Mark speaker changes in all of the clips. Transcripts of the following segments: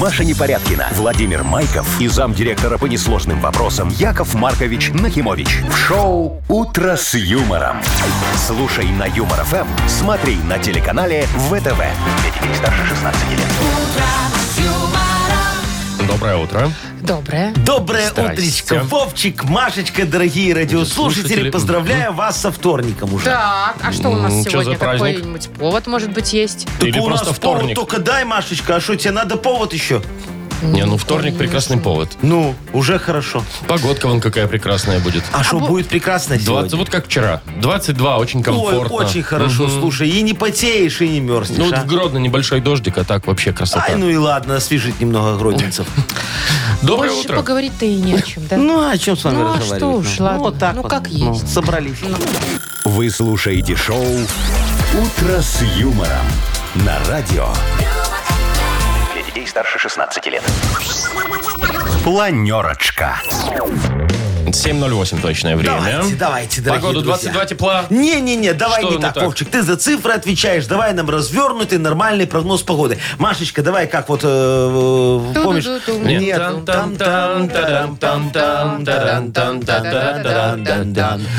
Speaker 1: Маша Непорядкина, Владимир Майков и замдиректора по несложным вопросам Яков Маркович Нахимович. В шоу «Утро с юмором». Слушай на Юмор ФМ, смотри на телеканале ВТВ. Для детей старше 16 лет.
Speaker 2: Доброе утро.
Speaker 3: Доброе.
Speaker 4: Доброе
Speaker 2: Здрасте.
Speaker 4: утречко, Вовчик, Машечка, дорогие радиослушатели.
Speaker 2: Слушатели.
Speaker 4: Поздравляю вас со вторником уже.
Speaker 3: Так, а что у нас
Speaker 2: М, чё
Speaker 3: сегодня?
Speaker 2: за праздник?
Speaker 3: Какой-нибудь повод, может быть, есть?
Speaker 4: Так
Speaker 2: Или
Speaker 4: у нас
Speaker 2: просто
Speaker 4: повод
Speaker 2: вторник.
Speaker 4: только дай, Машечка, а что, тебе надо повод еще?
Speaker 2: Не, ну вторник прекрасный повод.
Speaker 4: Ну, уже хорошо.
Speaker 2: Погодка вон какая прекрасная будет.
Speaker 4: А что, будет прекрасно
Speaker 2: 20,
Speaker 4: сегодня?
Speaker 2: вот как вчера. 22, очень комфортно.
Speaker 4: Ой, очень хорошо,
Speaker 2: Мгм.
Speaker 4: слушай, и не потеешь, и не мерзнешь,
Speaker 2: Ну вот
Speaker 4: а?
Speaker 2: в Гродно небольшой дождик, а так вообще красота.
Speaker 4: Ай, ну и ладно, освежить немного гродницев.
Speaker 2: Доброе
Speaker 3: Больше
Speaker 2: утро.
Speaker 3: поговорить-то и не о чем, да?
Speaker 4: Ну, а о чем с вами
Speaker 3: Ну, а
Speaker 4: разговаривать?
Speaker 3: что уж, ладно.
Speaker 4: Ну, вот так
Speaker 3: Ну,
Speaker 4: вот.
Speaker 3: как есть.
Speaker 4: собрались.
Speaker 1: Вы слушаете шоу «Утро с юмором» на радио. Для детей старше 16 лет. Планерочка.
Speaker 2: 7.08 точное время.
Speaker 4: Давайте, давайте, дорогие
Speaker 2: Погода
Speaker 4: друзья.
Speaker 2: 22 тепла.
Speaker 4: Не-не-не, давай
Speaker 2: Что
Speaker 4: не
Speaker 2: не
Speaker 4: так,
Speaker 2: так?
Speaker 4: Вовчик. Ты за цифры отвечаешь. Давай нам развернутый нормальный прогноз погоды. Машечка, давай как вот, э, э, помнишь?
Speaker 3: Ту-ду-ду-ду.
Speaker 2: Нет.
Speaker 4: Нет.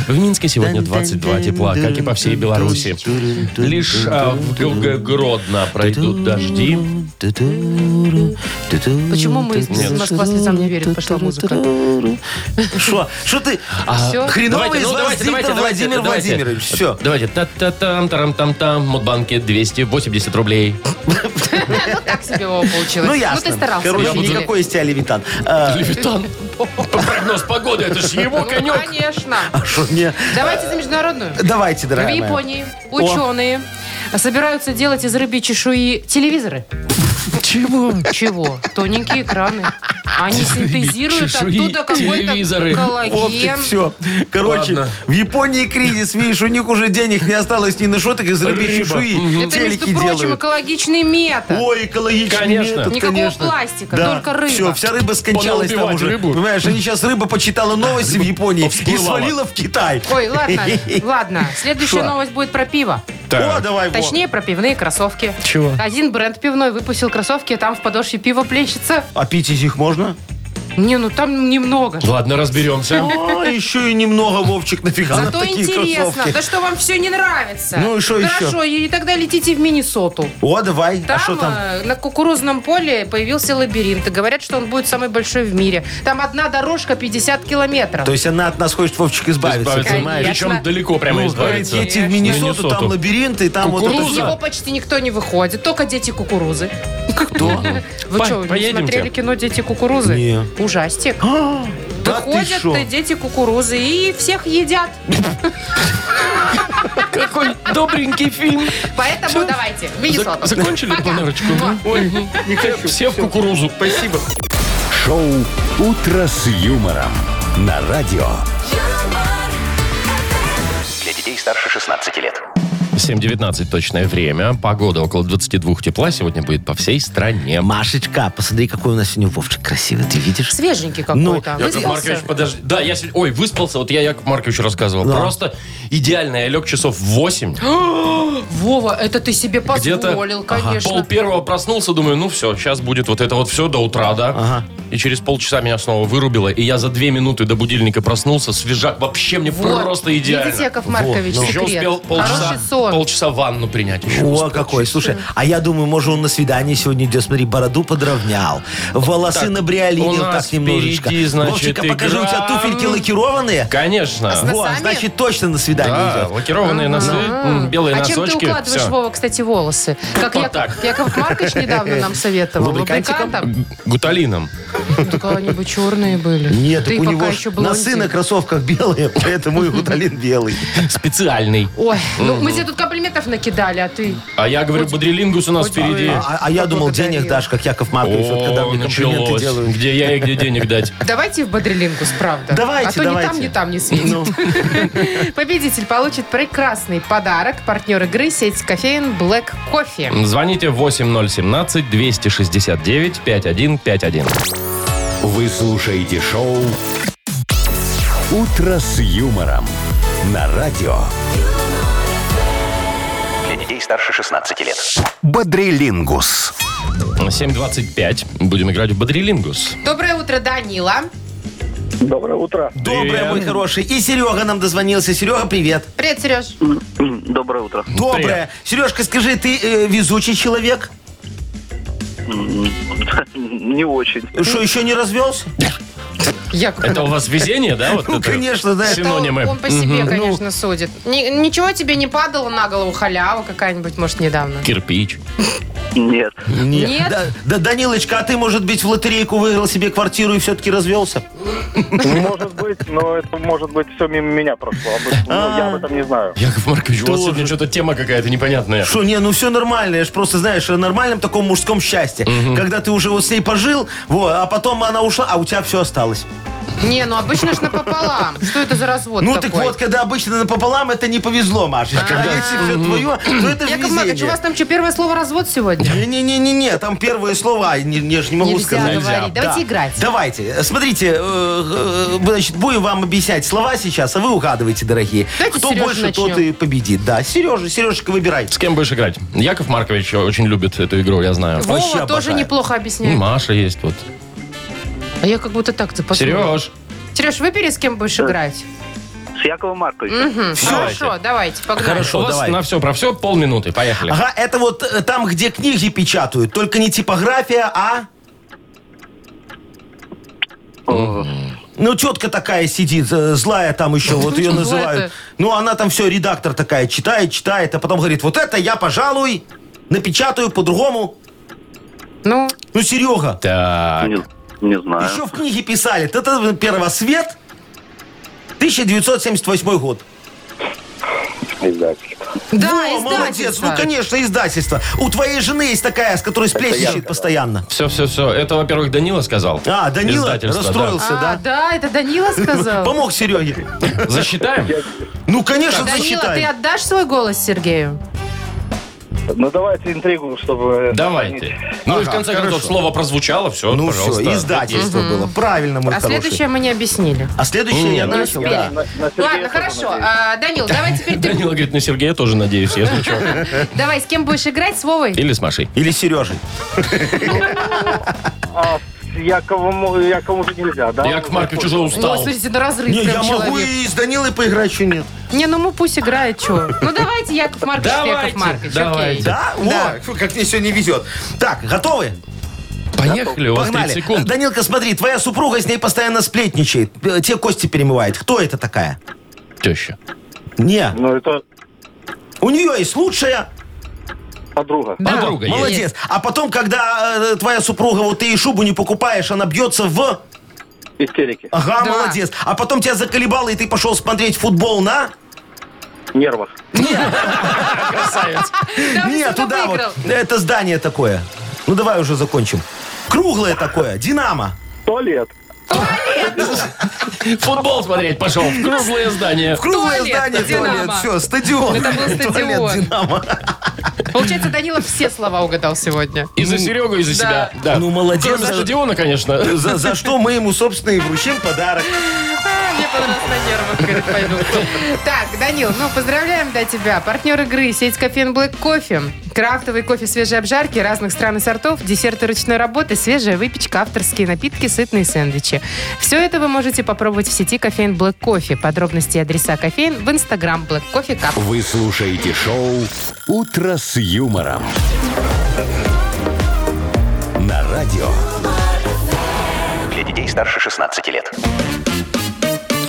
Speaker 2: В Минске сегодня 22 тепла, как и по всей Беларуси. Лишь а, в Г- Гродно пройдут дожди.
Speaker 3: Почему мы из Москва слезам не верит? Пошла музыка.
Speaker 4: Что? Что ты?
Speaker 3: Все?
Speaker 4: Хреновый из
Speaker 2: ну,
Speaker 4: вас диктор Владимир
Speaker 2: давайте.
Speaker 4: Владимирович. Все.
Speaker 2: Давайте. Та-та-там, тарам-там-там. Модбанке 280 рублей.
Speaker 3: Так себе его получилось.
Speaker 4: Ну, ясно.
Speaker 3: ты старался.
Speaker 4: Короче,
Speaker 3: на самом деле.
Speaker 4: никакой из тебя левитан. А,
Speaker 2: Левитан. Прогноз погоды, это ж его
Speaker 3: Ну,
Speaker 2: конек.
Speaker 3: конечно.
Speaker 4: шо мне?
Speaker 3: Давайте за международную.
Speaker 4: Давайте,
Speaker 3: В
Speaker 4: дорогая моя.
Speaker 3: Японии ученые собираются делать из рыбьей чешуи телевизоры.
Speaker 2: Чего?
Speaker 3: Чего? Тоненькие экраны. Они синтезируют
Speaker 2: чешуи,
Speaker 3: оттуда какой-то
Speaker 2: телевизоры.
Speaker 3: коллаген.
Speaker 4: все. Короче,
Speaker 2: Ладно.
Speaker 4: в Японии кризис, видишь, у них уже денег не осталось ни на шоток из
Speaker 2: Рыба.
Speaker 4: рыбьей чешуи.
Speaker 3: Это, между
Speaker 4: Телеки
Speaker 3: прочим,
Speaker 4: делают.
Speaker 3: экологичный метод.
Speaker 4: Ой, экологичный
Speaker 2: Конечно.
Speaker 4: метод,
Speaker 3: Никакого
Speaker 4: конечно.
Speaker 3: пластика, только рыба.
Speaker 4: Все, вся рыба скончалась там
Speaker 2: убивать
Speaker 4: уже.
Speaker 2: рыбу.
Speaker 4: Понимаешь, они сейчас рыба почитала новости в Японии и
Speaker 2: повсплывала.
Speaker 4: свалила в Китай.
Speaker 3: Ой, ладно, ладно. Следующая
Speaker 4: Шо?
Speaker 3: новость будет про пиво.
Speaker 4: О, давай, во.
Speaker 3: Точнее, про пивные кроссовки.
Speaker 2: Чего?
Speaker 3: Один бренд пивной выпустил кроссовки, там в подошве пиво плещется.
Speaker 4: А пить из них можно?
Speaker 3: Не, ну там немного.
Speaker 2: Ладно, разберемся.
Speaker 4: А, еще и немного, Вовчик, нафига нам
Speaker 3: Зато
Speaker 4: такие
Speaker 3: интересно,
Speaker 4: кроссовки?
Speaker 3: да что вам все не нравится.
Speaker 4: Ну и шо еще?
Speaker 3: Хорошо, и тогда летите в Миннесоту.
Speaker 4: О, давай, а
Speaker 3: Там,
Speaker 4: что там?
Speaker 3: э, на кукурузном поле появился лабиринт. И говорят, что он будет самый большой в мире. Там одна дорожка 50 километров.
Speaker 4: То есть она от нас хочет, Вовчик, избавиться,
Speaker 2: Избавиться.
Speaker 4: понимаешь?
Speaker 2: Причем далеко прямо
Speaker 4: Ну, говорит,
Speaker 2: избавиться.
Speaker 4: едьте в
Speaker 3: Конечно.
Speaker 4: Миннесоту, там
Speaker 2: Миннесоту.
Speaker 4: лабиринты, и там вот это
Speaker 3: Из
Speaker 2: Кукуруза.
Speaker 3: него почти никто не выходит, только дети кукурузы. Кто? Вы
Speaker 2: По-
Speaker 3: что, не
Speaker 2: поедемте.
Speaker 3: смотрели кино «Дети кукурузы»?
Speaker 4: Не.
Speaker 3: Ужастик.
Speaker 4: А, Да ты
Speaker 3: Выходят
Speaker 4: шо?
Speaker 3: э, дети кукурузы и всех едят.
Speaker 2: Какой добренький фильм.
Speaker 3: Поэтому давайте, в Миннесоту.
Speaker 2: Зак- Закончили
Speaker 3: Пока.
Speaker 2: планерочку?
Speaker 3: Муа.
Speaker 2: Ой, Все в кукурузу. Спасибо.
Speaker 1: Шоу «Утро с юмором» на радио. Для детей старше 16 лет.
Speaker 2: 7.19 точное время. Погода около 22 тепла. Сегодня будет по всей стране.
Speaker 4: Машечка, посмотри, какой у нас сегодня Вовчик красивый, ты видишь?
Speaker 3: Свеженький
Speaker 4: Ну,
Speaker 3: какой-то.
Speaker 2: Яков
Speaker 3: выспался.
Speaker 2: Маркович, подожди. Да, я сегодня... Ой, выспался. Вот я Яков Маркович рассказывал.
Speaker 4: Да.
Speaker 2: Просто идеально. Я лег часов в 8.
Speaker 3: Вова, это ты себе
Speaker 2: Где-то
Speaker 3: позволил, конечно.
Speaker 2: пол первого проснулся, думаю, ну все, сейчас будет вот это вот все до утра, да?
Speaker 4: Ага.
Speaker 2: И через полчаса меня снова вырубило, и я за две минуты до будильника проснулся, свежак вообще мне
Speaker 3: Вот.
Speaker 2: просто идеально.
Speaker 3: Видите, Яков Маркович,
Speaker 4: ну.
Speaker 2: еще
Speaker 3: секрет.
Speaker 2: успел полчаса,
Speaker 3: Хороший сон.
Speaker 2: полчаса ванну принять. еще
Speaker 4: О,
Speaker 2: успел.
Speaker 4: какой, слушай, а я думаю, может, он на свидание сегодня идет, смотри, бороду подровнял, волосы
Speaker 2: Так, у
Speaker 4: набриолинил
Speaker 2: нас
Speaker 4: так немножечко.
Speaker 2: впереди, значит,
Speaker 4: Вовчик, а покажи, у тебя
Speaker 2: игра.
Speaker 4: туфельки лакированные?
Speaker 2: Конечно.
Speaker 3: С носами?
Speaker 4: Во, значит, точно на свидание
Speaker 2: Да,
Speaker 4: идет.
Speaker 2: лакированные носы, м, белые
Speaker 3: а
Speaker 2: носочки.
Speaker 3: чем ты укладываешь,
Speaker 2: всё.
Speaker 3: Вова, кстати, волосы? Как
Speaker 2: Вот
Speaker 3: Яков-
Speaker 2: так.
Speaker 3: Яков Маркович недавно нам советовал.
Speaker 4: Лубрикантиком?
Speaker 3: Лубрикантом?
Speaker 2: Гуталином.
Speaker 3: Только они бы черные были.
Speaker 4: Нет,
Speaker 3: ты
Speaker 4: так у
Speaker 3: пока
Speaker 4: него
Speaker 3: еще
Speaker 4: ж носы
Speaker 3: блондин.
Speaker 4: на кроссовках белые, поэтому и гуталин белый.
Speaker 2: Специальный.
Speaker 3: Ой, ну мы тебе тут комплиментов накидали, а ты...
Speaker 2: А я говорю, бодрилингус у нас
Speaker 3: хоть
Speaker 2: впереди.
Speaker 3: бы.
Speaker 4: А а я думал, денег
Speaker 3: Поблагодарила.
Speaker 4: дашь, как Яков Маркович, вот когда
Speaker 2: О,
Speaker 4: мне комплименты
Speaker 2: началось.
Speaker 4: делают.
Speaker 2: Где я и где денег дать?
Speaker 3: А Давайте в Бодрилингус, правда.
Speaker 4: Давайте,
Speaker 3: А то
Speaker 4: давайте. Ну.
Speaker 3: ни там, ни там не светит. Победитель получит прекрасный подарок. Партнер игры сеть кофеин Black Coffee.
Speaker 2: Звоните 8017-269-5151.
Speaker 1: Вы слушаете шоу «Утро с юмором» на радио. Для детей старше 16 лет. Бодрилингус.
Speaker 2: 7.25. Будем играть в Бодрилингус.
Speaker 3: Доброе утро, Данила.
Speaker 5: Доброе утро.
Speaker 4: Доброе,
Speaker 2: Привет.
Speaker 4: мой хороший. И Серега нам дозвонился. Серега, привет.
Speaker 3: Привет, Сереж.
Speaker 5: Доброе утро.
Speaker 4: Доброе. Сережка, скажи, ты э, везучий человек?
Speaker 5: Не очень.
Speaker 4: Что, еще не развелся?
Speaker 3: Яков
Speaker 2: Это у вас везение, да? Вот
Speaker 4: Ну,
Speaker 2: это?
Speaker 4: конечно, да.
Speaker 2: Син- синонимы.
Speaker 3: Он по себе, конечно, судит. Ни- ничего тебе не падало на голову халява какая-нибудь, может, недавно?
Speaker 2: Кирпич.
Speaker 5: Нет.
Speaker 3: Нет?
Speaker 4: Да, да, Данилочка, а ты, может быть, в лотерейку выиграл себе квартиру и все-таки развелся?
Speaker 5: Может быть, но это может быть все мимо меня прошло. Об этом- ну, Я об этом не знаю.
Speaker 2: Яков Маркович, у вас
Speaker 4: Тоже.
Speaker 2: сегодня что-то тема какая-то непонятная.
Speaker 4: Что, не, ну все нормально, я же просто, знаешь, о нормальном таком мужском счастье. Когда ты уже вот с ней пожил, вот, а потом она ушла, а у тебя все осталось.
Speaker 3: Не, ну обычно ж напополам. Что это за развод
Speaker 4: ну так
Speaker 3: такой?
Speaker 4: вот, когда обычно напополам, это не повезло, Машечка. А если все твое, то это же
Speaker 3: Яков Маркович, у
Speaker 4: везение.
Speaker 3: вас там что, первое слово развод сегодня?
Speaker 4: Не-не-не-не, там первые слова, а, не- я же не могу
Speaker 3: Нельзя
Speaker 4: сказать.
Speaker 3: говорить. Давайте играть.
Speaker 4: Давайте. Смотрите, э, э, значит, будем вам объяснять слова сейчас, а вы угадывайте, дорогие.
Speaker 3: Давайте
Speaker 4: Кто
Speaker 3: с Сережи
Speaker 4: больше, тот
Speaker 3: начнем.
Speaker 4: и победит. Да, Сережа, Сережечка, выбирай.
Speaker 2: С кем будешь играть? Яков Маркович очень любит эту игру, я знаю.
Speaker 4: вообще
Speaker 3: Вова тоже
Speaker 4: обожаю.
Speaker 3: неплохо
Speaker 2: И
Speaker 3: объясняет.
Speaker 2: Маша есть вот.
Speaker 3: А я как будто так запасла.
Speaker 2: Сереж,
Speaker 3: Сереж, выбери, с кем будешь играть.
Speaker 5: С Яковом Марковичем.
Speaker 3: Мгм. Хорошо, давайте, погнали.
Speaker 4: Хорошо,
Speaker 2: у вас
Speaker 4: давай.
Speaker 2: на все про все полминуты. Поехали.
Speaker 4: Ага, это вот э, там, где книги печатают, только не типография, а... Ну, тетка такая сидит, э, злая там еще, вот ее
Speaker 3: Злая-то.
Speaker 4: называют. Ну, она там все, редактор такая, читает, читает, а потом говорит, вот это я, пожалуй, напечатаю по-другому.
Speaker 3: Ну,
Speaker 4: Ну, Серега,
Speaker 2: Так.
Speaker 5: Не, не знаю.
Speaker 4: еще в книге писали, это э, первосвет, 1978 год.
Speaker 5: Издательство.
Speaker 3: да,
Speaker 4: Во, Ну, молодец,
Speaker 3: издательство.
Speaker 4: ну, конечно, издательство. У твоей жены есть такая, с которой сплетничает постоянно.
Speaker 2: Все, все, все. Это, во-первых, Данила сказал.
Speaker 4: А, Данила
Speaker 2: Издательство, да.
Speaker 4: расстроился,
Speaker 3: А, да, это Данила сказал.
Speaker 4: Помог Сереге.
Speaker 2: Засчитаем?
Speaker 4: Ну, конечно,
Speaker 3: Данила,
Speaker 4: засчитай.
Speaker 3: ты отдашь свой голос Сергею?
Speaker 5: Ну давайте интригу, чтобы...
Speaker 2: Давайте. Ну и в
Speaker 4: Ага,
Speaker 2: конце
Speaker 4: хорошо.
Speaker 2: концов слово прозвучало, все,
Speaker 4: Ну
Speaker 2: пожалуйста.
Speaker 4: все, издательство было. Правильно, мой
Speaker 3: А
Speaker 4: хороший.
Speaker 3: следующее мы не объяснили.
Speaker 4: А следующее я
Speaker 3: Не
Speaker 4: начал,
Speaker 3: успели.
Speaker 4: да.
Speaker 3: Ладно, хорошо. А, Данил, давай теперь ты.
Speaker 2: Данила говорит, на Сергея тоже надеюсь, если что.
Speaker 3: Давай, с кем будешь играть, с Вовой?
Speaker 2: Или с Машей.
Speaker 4: Или Сережей.
Speaker 5: А Яковому, Яковому же нельзя, да?
Speaker 2: Яков Маркович уже
Speaker 3: О,
Speaker 2: устал.
Speaker 3: смотрите, на разрыв
Speaker 4: Не,
Speaker 3: прям
Speaker 4: я могу
Speaker 3: человек.
Speaker 4: и с Данилой поиграть, что нет.
Speaker 3: Не, ну мы пусть играет, что. Ну давайте, Яков Маркович, Яков
Speaker 2: Давайте,
Speaker 3: Маркович,
Speaker 2: давайте.
Speaker 3: окей.
Speaker 4: Да? Во, фу, как мне сегодня везет. Так, готовы?
Speaker 2: Поехали, у вас 30
Speaker 4: Погнали.
Speaker 2: секунд.
Speaker 4: Данилка, смотри, твоя супруга с ней постоянно сплетничает. э, Те кости перемывает. Кто это такая?
Speaker 2: Теща.
Speaker 4: Не.
Speaker 5: Ну это
Speaker 4: У нее есть лучшая.
Speaker 5: подруга.
Speaker 2: Подруга есть.
Speaker 4: Молодец. А потом, когда э, твоя супруга, вот ты ей шубу не покупаешь, она бьется в...
Speaker 5: Истерики.
Speaker 4: Ага,
Speaker 3: Да.
Speaker 4: молодец. А потом тебя заколебало, и ты пошел смотреть футбол на...
Speaker 5: Нервах.
Speaker 2: Красавец.
Speaker 3: Да,
Speaker 4: Нет,
Speaker 3: кто-то
Speaker 4: туда
Speaker 3: А выиграл.
Speaker 4: вот. Это здание такое. Ну давай уже закончим. Круглое такое, Динамо.
Speaker 5: Туалет.
Speaker 2: Футбол смотреть пошел в круглое здание.
Speaker 4: Круглое
Speaker 3: Туалет,
Speaker 4: здание,
Speaker 3: «Динамо».
Speaker 4: туалет, все, стадион.
Speaker 3: Это был стадион.
Speaker 4: Туалет, Динамо.
Speaker 3: Получается, Данила все слова угадал сегодня.
Speaker 2: И за Серегу, и за
Speaker 3: Да.
Speaker 2: себя. Да.
Speaker 4: Ну, молодец.
Speaker 2: Кроме стадиона, конечно.
Speaker 4: За, за что мы ему, собственно, и вручим подарок.
Speaker 3: А, Мне понравилось на нервах, говорит, пойду. Так, Данил, ну, поздравляем до тебя. Партнер игры сеть кофеин Black Кофе. Крафтовый кофе свежей обжарки разных стран и сортов, десерты ручной работы, свежая выпечка, авторские напитки, сытные сэндвичи. Все это вы можете попробовать в сети кофеин Black Кофе. Подробности и адреса кофеин в инстаграм Black Кофе Cup.
Speaker 1: Вы слушаете шоу «Утро с юмором». На радио. Для детей старше 16 лет.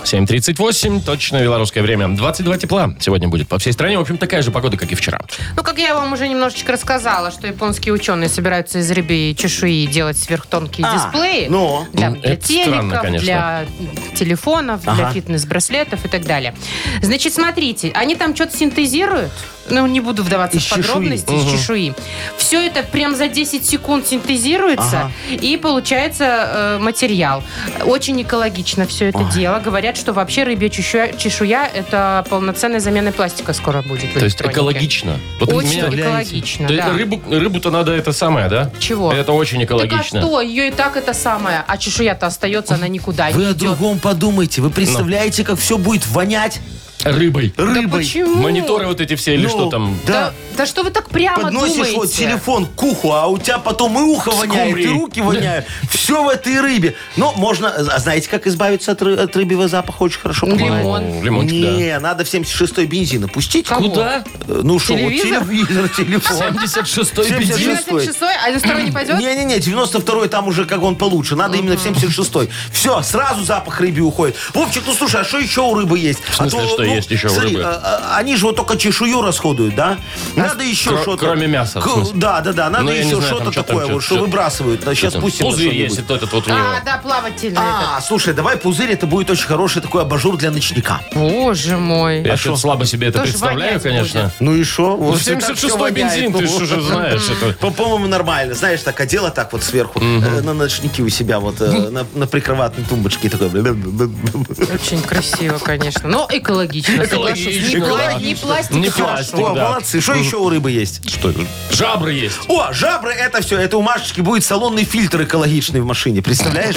Speaker 2: 7.38, точно белорусское время. 22 тепла сегодня будет по всей стране. В общем, такая же погода, как и вчера.
Speaker 3: Ну, как я вам уже немножечко рассказала, что японские ученые собираются из рыбьей чешуи делать сверхтонкие
Speaker 4: А,
Speaker 3: дисплеи
Speaker 4: ну.
Speaker 3: для,
Speaker 2: М,
Speaker 3: для
Speaker 2: это
Speaker 3: телеков,
Speaker 2: странно, конечно.
Speaker 3: для телефонов, для
Speaker 4: Ага.
Speaker 3: фитнес-браслетов и так далее. Значит, смотрите, они там что-то синтезируют. Ну, не буду вдаваться
Speaker 4: Из
Speaker 3: в
Speaker 4: чешуи.
Speaker 3: подробности, из чешуи. Все это прям за 10 секунд синтезируется, и получается э, материал. Очень экологично все это дело. Говорят, что вообще рыбья чешуя, чешуя это полноценная замена пластика скоро будет. в
Speaker 2: То есть
Speaker 3: электронике.
Speaker 2: экологично. Вот
Speaker 3: Очень
Speaker 2: меня-
Speaker 3: экологично,
Speaker 2: Да,
Speaker 3: да.
Speaker 2: Рыбу, рыбу-то надо это самое, да?
Speaker 3: Чего?
Speaker 2: Это очень
Speaker 3: Так а
Speaker 2: экологично.
Speaker 3: что? Ее и так это самое. А чешуя-то остается, она никуда
Speaker 4: Вы
Speaker 3: не
Speaker 4: о
Speaker 3: идет.
Speaker 4: другом подумайте. Вы представляете, как все будет вонять?
Speaker 2: рыбой.
Speaker 4: Рыбой.
Speaker 3: почему?
Speaker 2: Мониторы вот эти все или
Speaker 4: Ну,
Speaker 2: что там?
Speaker 3: Да,
Speaker 4: Да.
Speaker 3: да что вы так прямо
Speaker 4: Подносишь
Speaker 3: думаете?
Speaker 4: вот телефон к уху, а у тебя потом и ухо воняет, и
Speaker 2: Скумбрией.
Speaker 4: руки воняют. Все в этой рыбе. Но можно, а знаете, как избавиться от, ры- от рыбьего запаха? Очень хорошо помогает.
Speaker 3: Лимон.
Speaker 2: О, Лимончик, да.
Speaker 4: Не, надо в 76-й бензин опустить.
Speaker 3: Кого?
Speaker 2: Куда?
Speaker 4: Э, Ну что, вот
Speaker 3: Телевизор?
Speaker 4: телевизор, телефон.
Speaker 2: 76-й
Speaker 4: 76-й.
Speaker 2: бензин.
Speaker 3: 96-й, а на второй не пойдет?
Speaker 4: Не-не-не, 92-й там уже как он получше. Надо именно в 76-й. Все, сразу запах рыбы уходит. Вовчик, ну слушай, а что еще у рыбы есть? А ну, В
Speaker 2: смысле, что есть еще у рыбы?
Speaker 4: а, они же вот только чешую расходуют, да? Надо еще
Speaker 2: кро-
Speaker 4: что-то.
Speaker 2: кроме мяса, в
Speaker 4: К-
Speaker 2: смысле?
Speaker 4: Да, да, да. Надо
Speaker 2: Ну, я не
Speaker 4: еще
Speaker 2: знаю, там
Speaker 4: что-то
Speaker 2: чё там,
Speaker 4: такое,
Speaker 2: чё-
Speaker 4: вот, что
Speaker 2: чё-
Speaker 4: выбрасывают. Сейчас
Speaker 2: Там
Speaker 4: пустим. на
Speaker 2: Пузырь
Speaker 4: что-нибудь.
Speaker 2: есть, этот вот у
Speaker 3: А,
Speaker 2: него.
Speaker 3: да, плавательный.
Speaker 4: А, слушай, давай пузырь, это будет очень хороший такой абажур для ночника.
Speaker 3: этот. Боже мой.
Speaker 2: Я
Speaker 4: а
Speaker 2: что-то слабо себе это
Speaker 3: Тоже
Speaker 2: представляю,
Speaker 3: вонять
Speaker 2: конечно.
Speaker 4: Ну и что?
Speaker 2: Ну, 76-й бензин, ты же уже знаешь это.
Speaker 4: По- По-моему, нормально. Знаешь, так одела так вот сверху э, на ночники у себя, вот э, на, на прикроватной тумбочке. и такой...
Speaker 3: Очень красиво, конечно. Но экологично,
Speaker 2: Экологично,
Speaker 3: соглашусь. Не, пла-
Speaker 2: экологично.
Speaker 3: не пластик,
Speaker 2: Не
Speaker 3: а хорошо.
Speaker 2: пластик.
Speaker 4: О,
Speaker 2: да.
Speaker 4: молодцы. Что еще у рыбы есть?
Speaker 2: Что? Жабры есть.
Speaker 4: О, жабры, это все. Это у Машечки будет салонный фильтр экологичный в машине. Представляешь?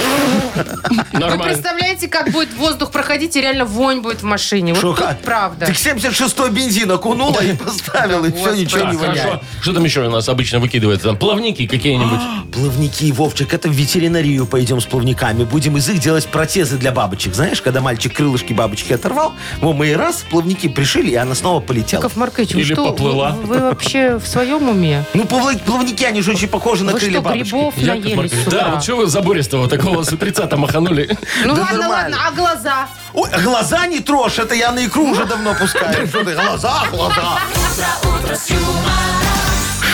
Speaker 3: Вы
Speaker 2: Нормально.
Speaker 3: представляете, как будет воздух проходить, и реально вонь будет в машине.
Speaker 4: Шо,
Speaker 3: Вот тут
Speaker 4: как?
Speaker 3: правда.
Speaker 4: Ты к 76-й бензин окунула и поставила, и все,
Speaker 3: Господи.
Speaker 4: ничего не
Speaker 2: Так,
Speaker 4: воняет. А,
Speaker 2: хорошо. Что там еще у нас обычно выкидывается? Там плавники какие-нибудь?
Speaker 4: Плавники, Вовчик, это в ветеринарию пойдем с плавниками. Будем из их делать протезы для бабочек. Знаешь, когда мальчик крылышки бабочки оторвал, во, мы и раз, плавники пришили, и она снова полетела.
Speaker 3: Яков Маркович, вы
Speaker 2: Или
Speaker 3: что,
Speaker 2: поплыла.
Speaker 3: Вы, вы вообще в своем уме?
Speaker 4: Ну, плавли- плавники, они же очень похожи на
Speaker 3: Вы
Speaker 4: крылья
Speaker 3: что,
Speaker 4: бабочки.
Speaker 3: грибов
Speaker 2: Яков
Speaker 3: наелись
Speaker 2: Маркович,
Speaker 3: с утра?
Speaker 2: Да, вот что вы забористого такого с утреца-то маханули?
Speaker 3: Ну
Speaker 4: Да
Speaker 3: ладно, ладно,
Speaker 4: нормально.
Speaker 3: а глаза?
Speaker 4: Ой, глаза не трожь, это я на икру уже давно пускаю. Что ты, глаза, глаза.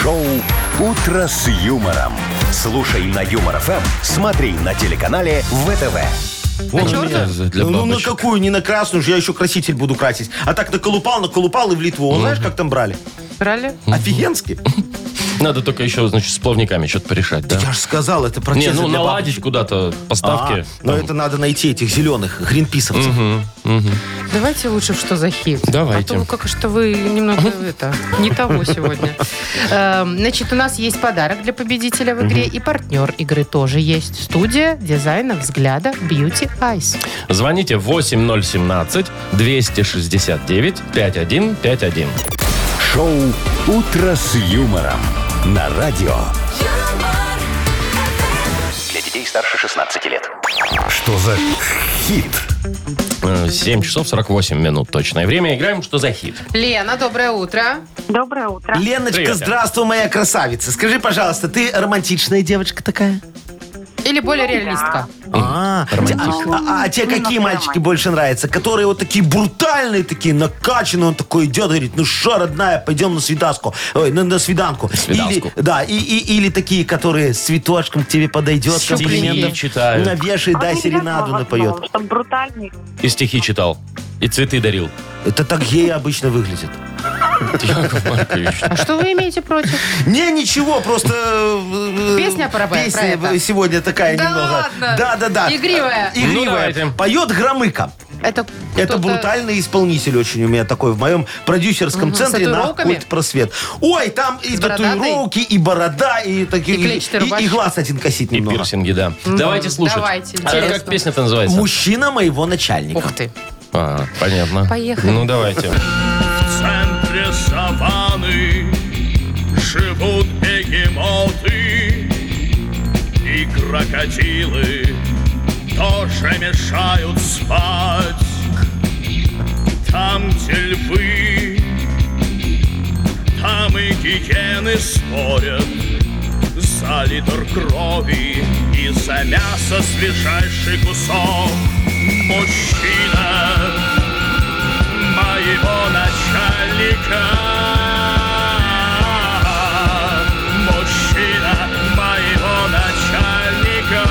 Speaker 1: Шоу «Утро с юмором». Слушай на Юмор ФМ, смотри на телеканале ВТВ.
Speaker 2: Вон у меня для
Speaker 4: Ну, на
Speaker 2: бабочек.
Speaker 4: какую, не на красную же, я еще краситель буду красить. А так наколупал, наколупал и в Литву. Он знаешь, как там брали?
Speaker 3: Брали?
Speaker 4: Офигенски.
Speaker 2: Надо только еще, значит, с плавниками что-то порешать, да?
Speaker 4: Я же сказал, это
Speaker 2: Не,
Speaker 4: протезы
Speaker 2: ну
Speaker 4: для бабочек.
Speaker 2: наладить куда-то
Speaker 4: А,
Speaker 2: поставки.
Speaker 4: но это надо найти этих зеленых гринписовцев.
Speaker 3: Давайте лучше в что за хит.
Speaker 2: Давайте.
Speaker 3: А то как что вы немного это, не того сегодня. Эм, Значит, у нас есть подарок для победителя в игре, и партнер игры тоже есть. Студия дизайна взгляда Beauty Eyes.
Speaker 2: Звоните 8017-269-5151.
Speaker 1: Шоу «Утро с юмором» на радио.
Speaker 6: юмор,
Speaker 7: Для детей старше 16 лет.
Speaker 1: Что за хит?
Speaker 2: Э, 7 часов 48 минут точное время. Играем «Что за хит?»
Speaker 3: Лена, доброе утро.
Speaker 8: Доброе утро.
Speaker 4: Леночка,
Speaker 2: Привет, Лен.
Speaker 4: здравствуй, моя красавица. Скажи, пожалуйста, ты романтичная девочка такая?
Speaker 3: Или более реалистка.
Speaker 4: А, те- а, а- а тебе какие
Speaker 8: Ну,
Speaker 4: мальчики
Speaker 8: нормально.
Speaker 4: больше нравятся? Которые вот такие брутальные, такие накачанные, он такой идет, говорит, ну что, родная, пойдем на свидаску, ой, на, на свиданку.
Speaker 2: свидаску.
Speaker 4: Или, да, и, и- или такие, которые с цветочком к тебе подойдет,
Speaker 2: Стихи
Speaker 4: комплиментов
Speaker 2: читают.
Speaker 4: навешает, да,
Speaker 8: Они
Speaker 4: серенаду
Speaker 8: рядом в основном,
Speaker 4: напоет.
Speaker 8: Чтобы брутальный.
Speaker 2: И стихи читал. И цветы дарил.
Speaker 4: Это так геи обычно выглядит.
Speaker 2: Яков Маркович.
Speaker 3: А что вы имеете против?
Speaker 4: Не, ничего, просто... э, э,
Speaker 3: Песня про Б- про
Speaker 4: Песня
Speaker 3: это.
Speaker 4: сегодня такая
Speaker 3: Да
Speaker 4: немного.
Speaker 3: ладно?
Speaker 4: Да, да, да.
Speaker 3: Игривая.
Speaker 4: Э,
Speaker 2: Ну, давайте.
Speaker 4: Игривая. Поет Громыко.
Speaker 3: Это,
Speaker 4: Это
Speaker 3: кто-то-
Speaker 4: брутальный исполнитель очень у меня такой в моем продюсерском
Speaker 3: Мгм, с
Speaker 4: центре на
Speaker 3: татуировками?
Speaker 4: просвет. Ой, там и
Speaker 3: С бородатой?
Speaker 4: татуировки, и борода, и такие
Speaker 3: И клетчатая
Speaker 4: и,
Speaker 3: рубашка.
Speaker 4: глаз один косит
Speaker 2: И
Speaker 4: немного.
Speaker 2: пирсинги, да. Давайте слушать.
Speaker 3: Ну, давайте,
Speaker 2: А
Speaker 3: интересно.
Speaker 2: Как песня-то называется?
Speaker 4: Мужчина моего начальника.
Speaker 3: Ух ты.
Speaker 2: А, понятно.
Speaker 3: Поехали.
Speaker 2: Ну, давайте.
Speaker 9: центре саванны живут бегемоты и крокодилы тоже мешают спать. Там, где львы, там и гиены спорят за литр крови и за мясо свежайший кусок. Мужчина моего начальника. Мужчина моего начальника.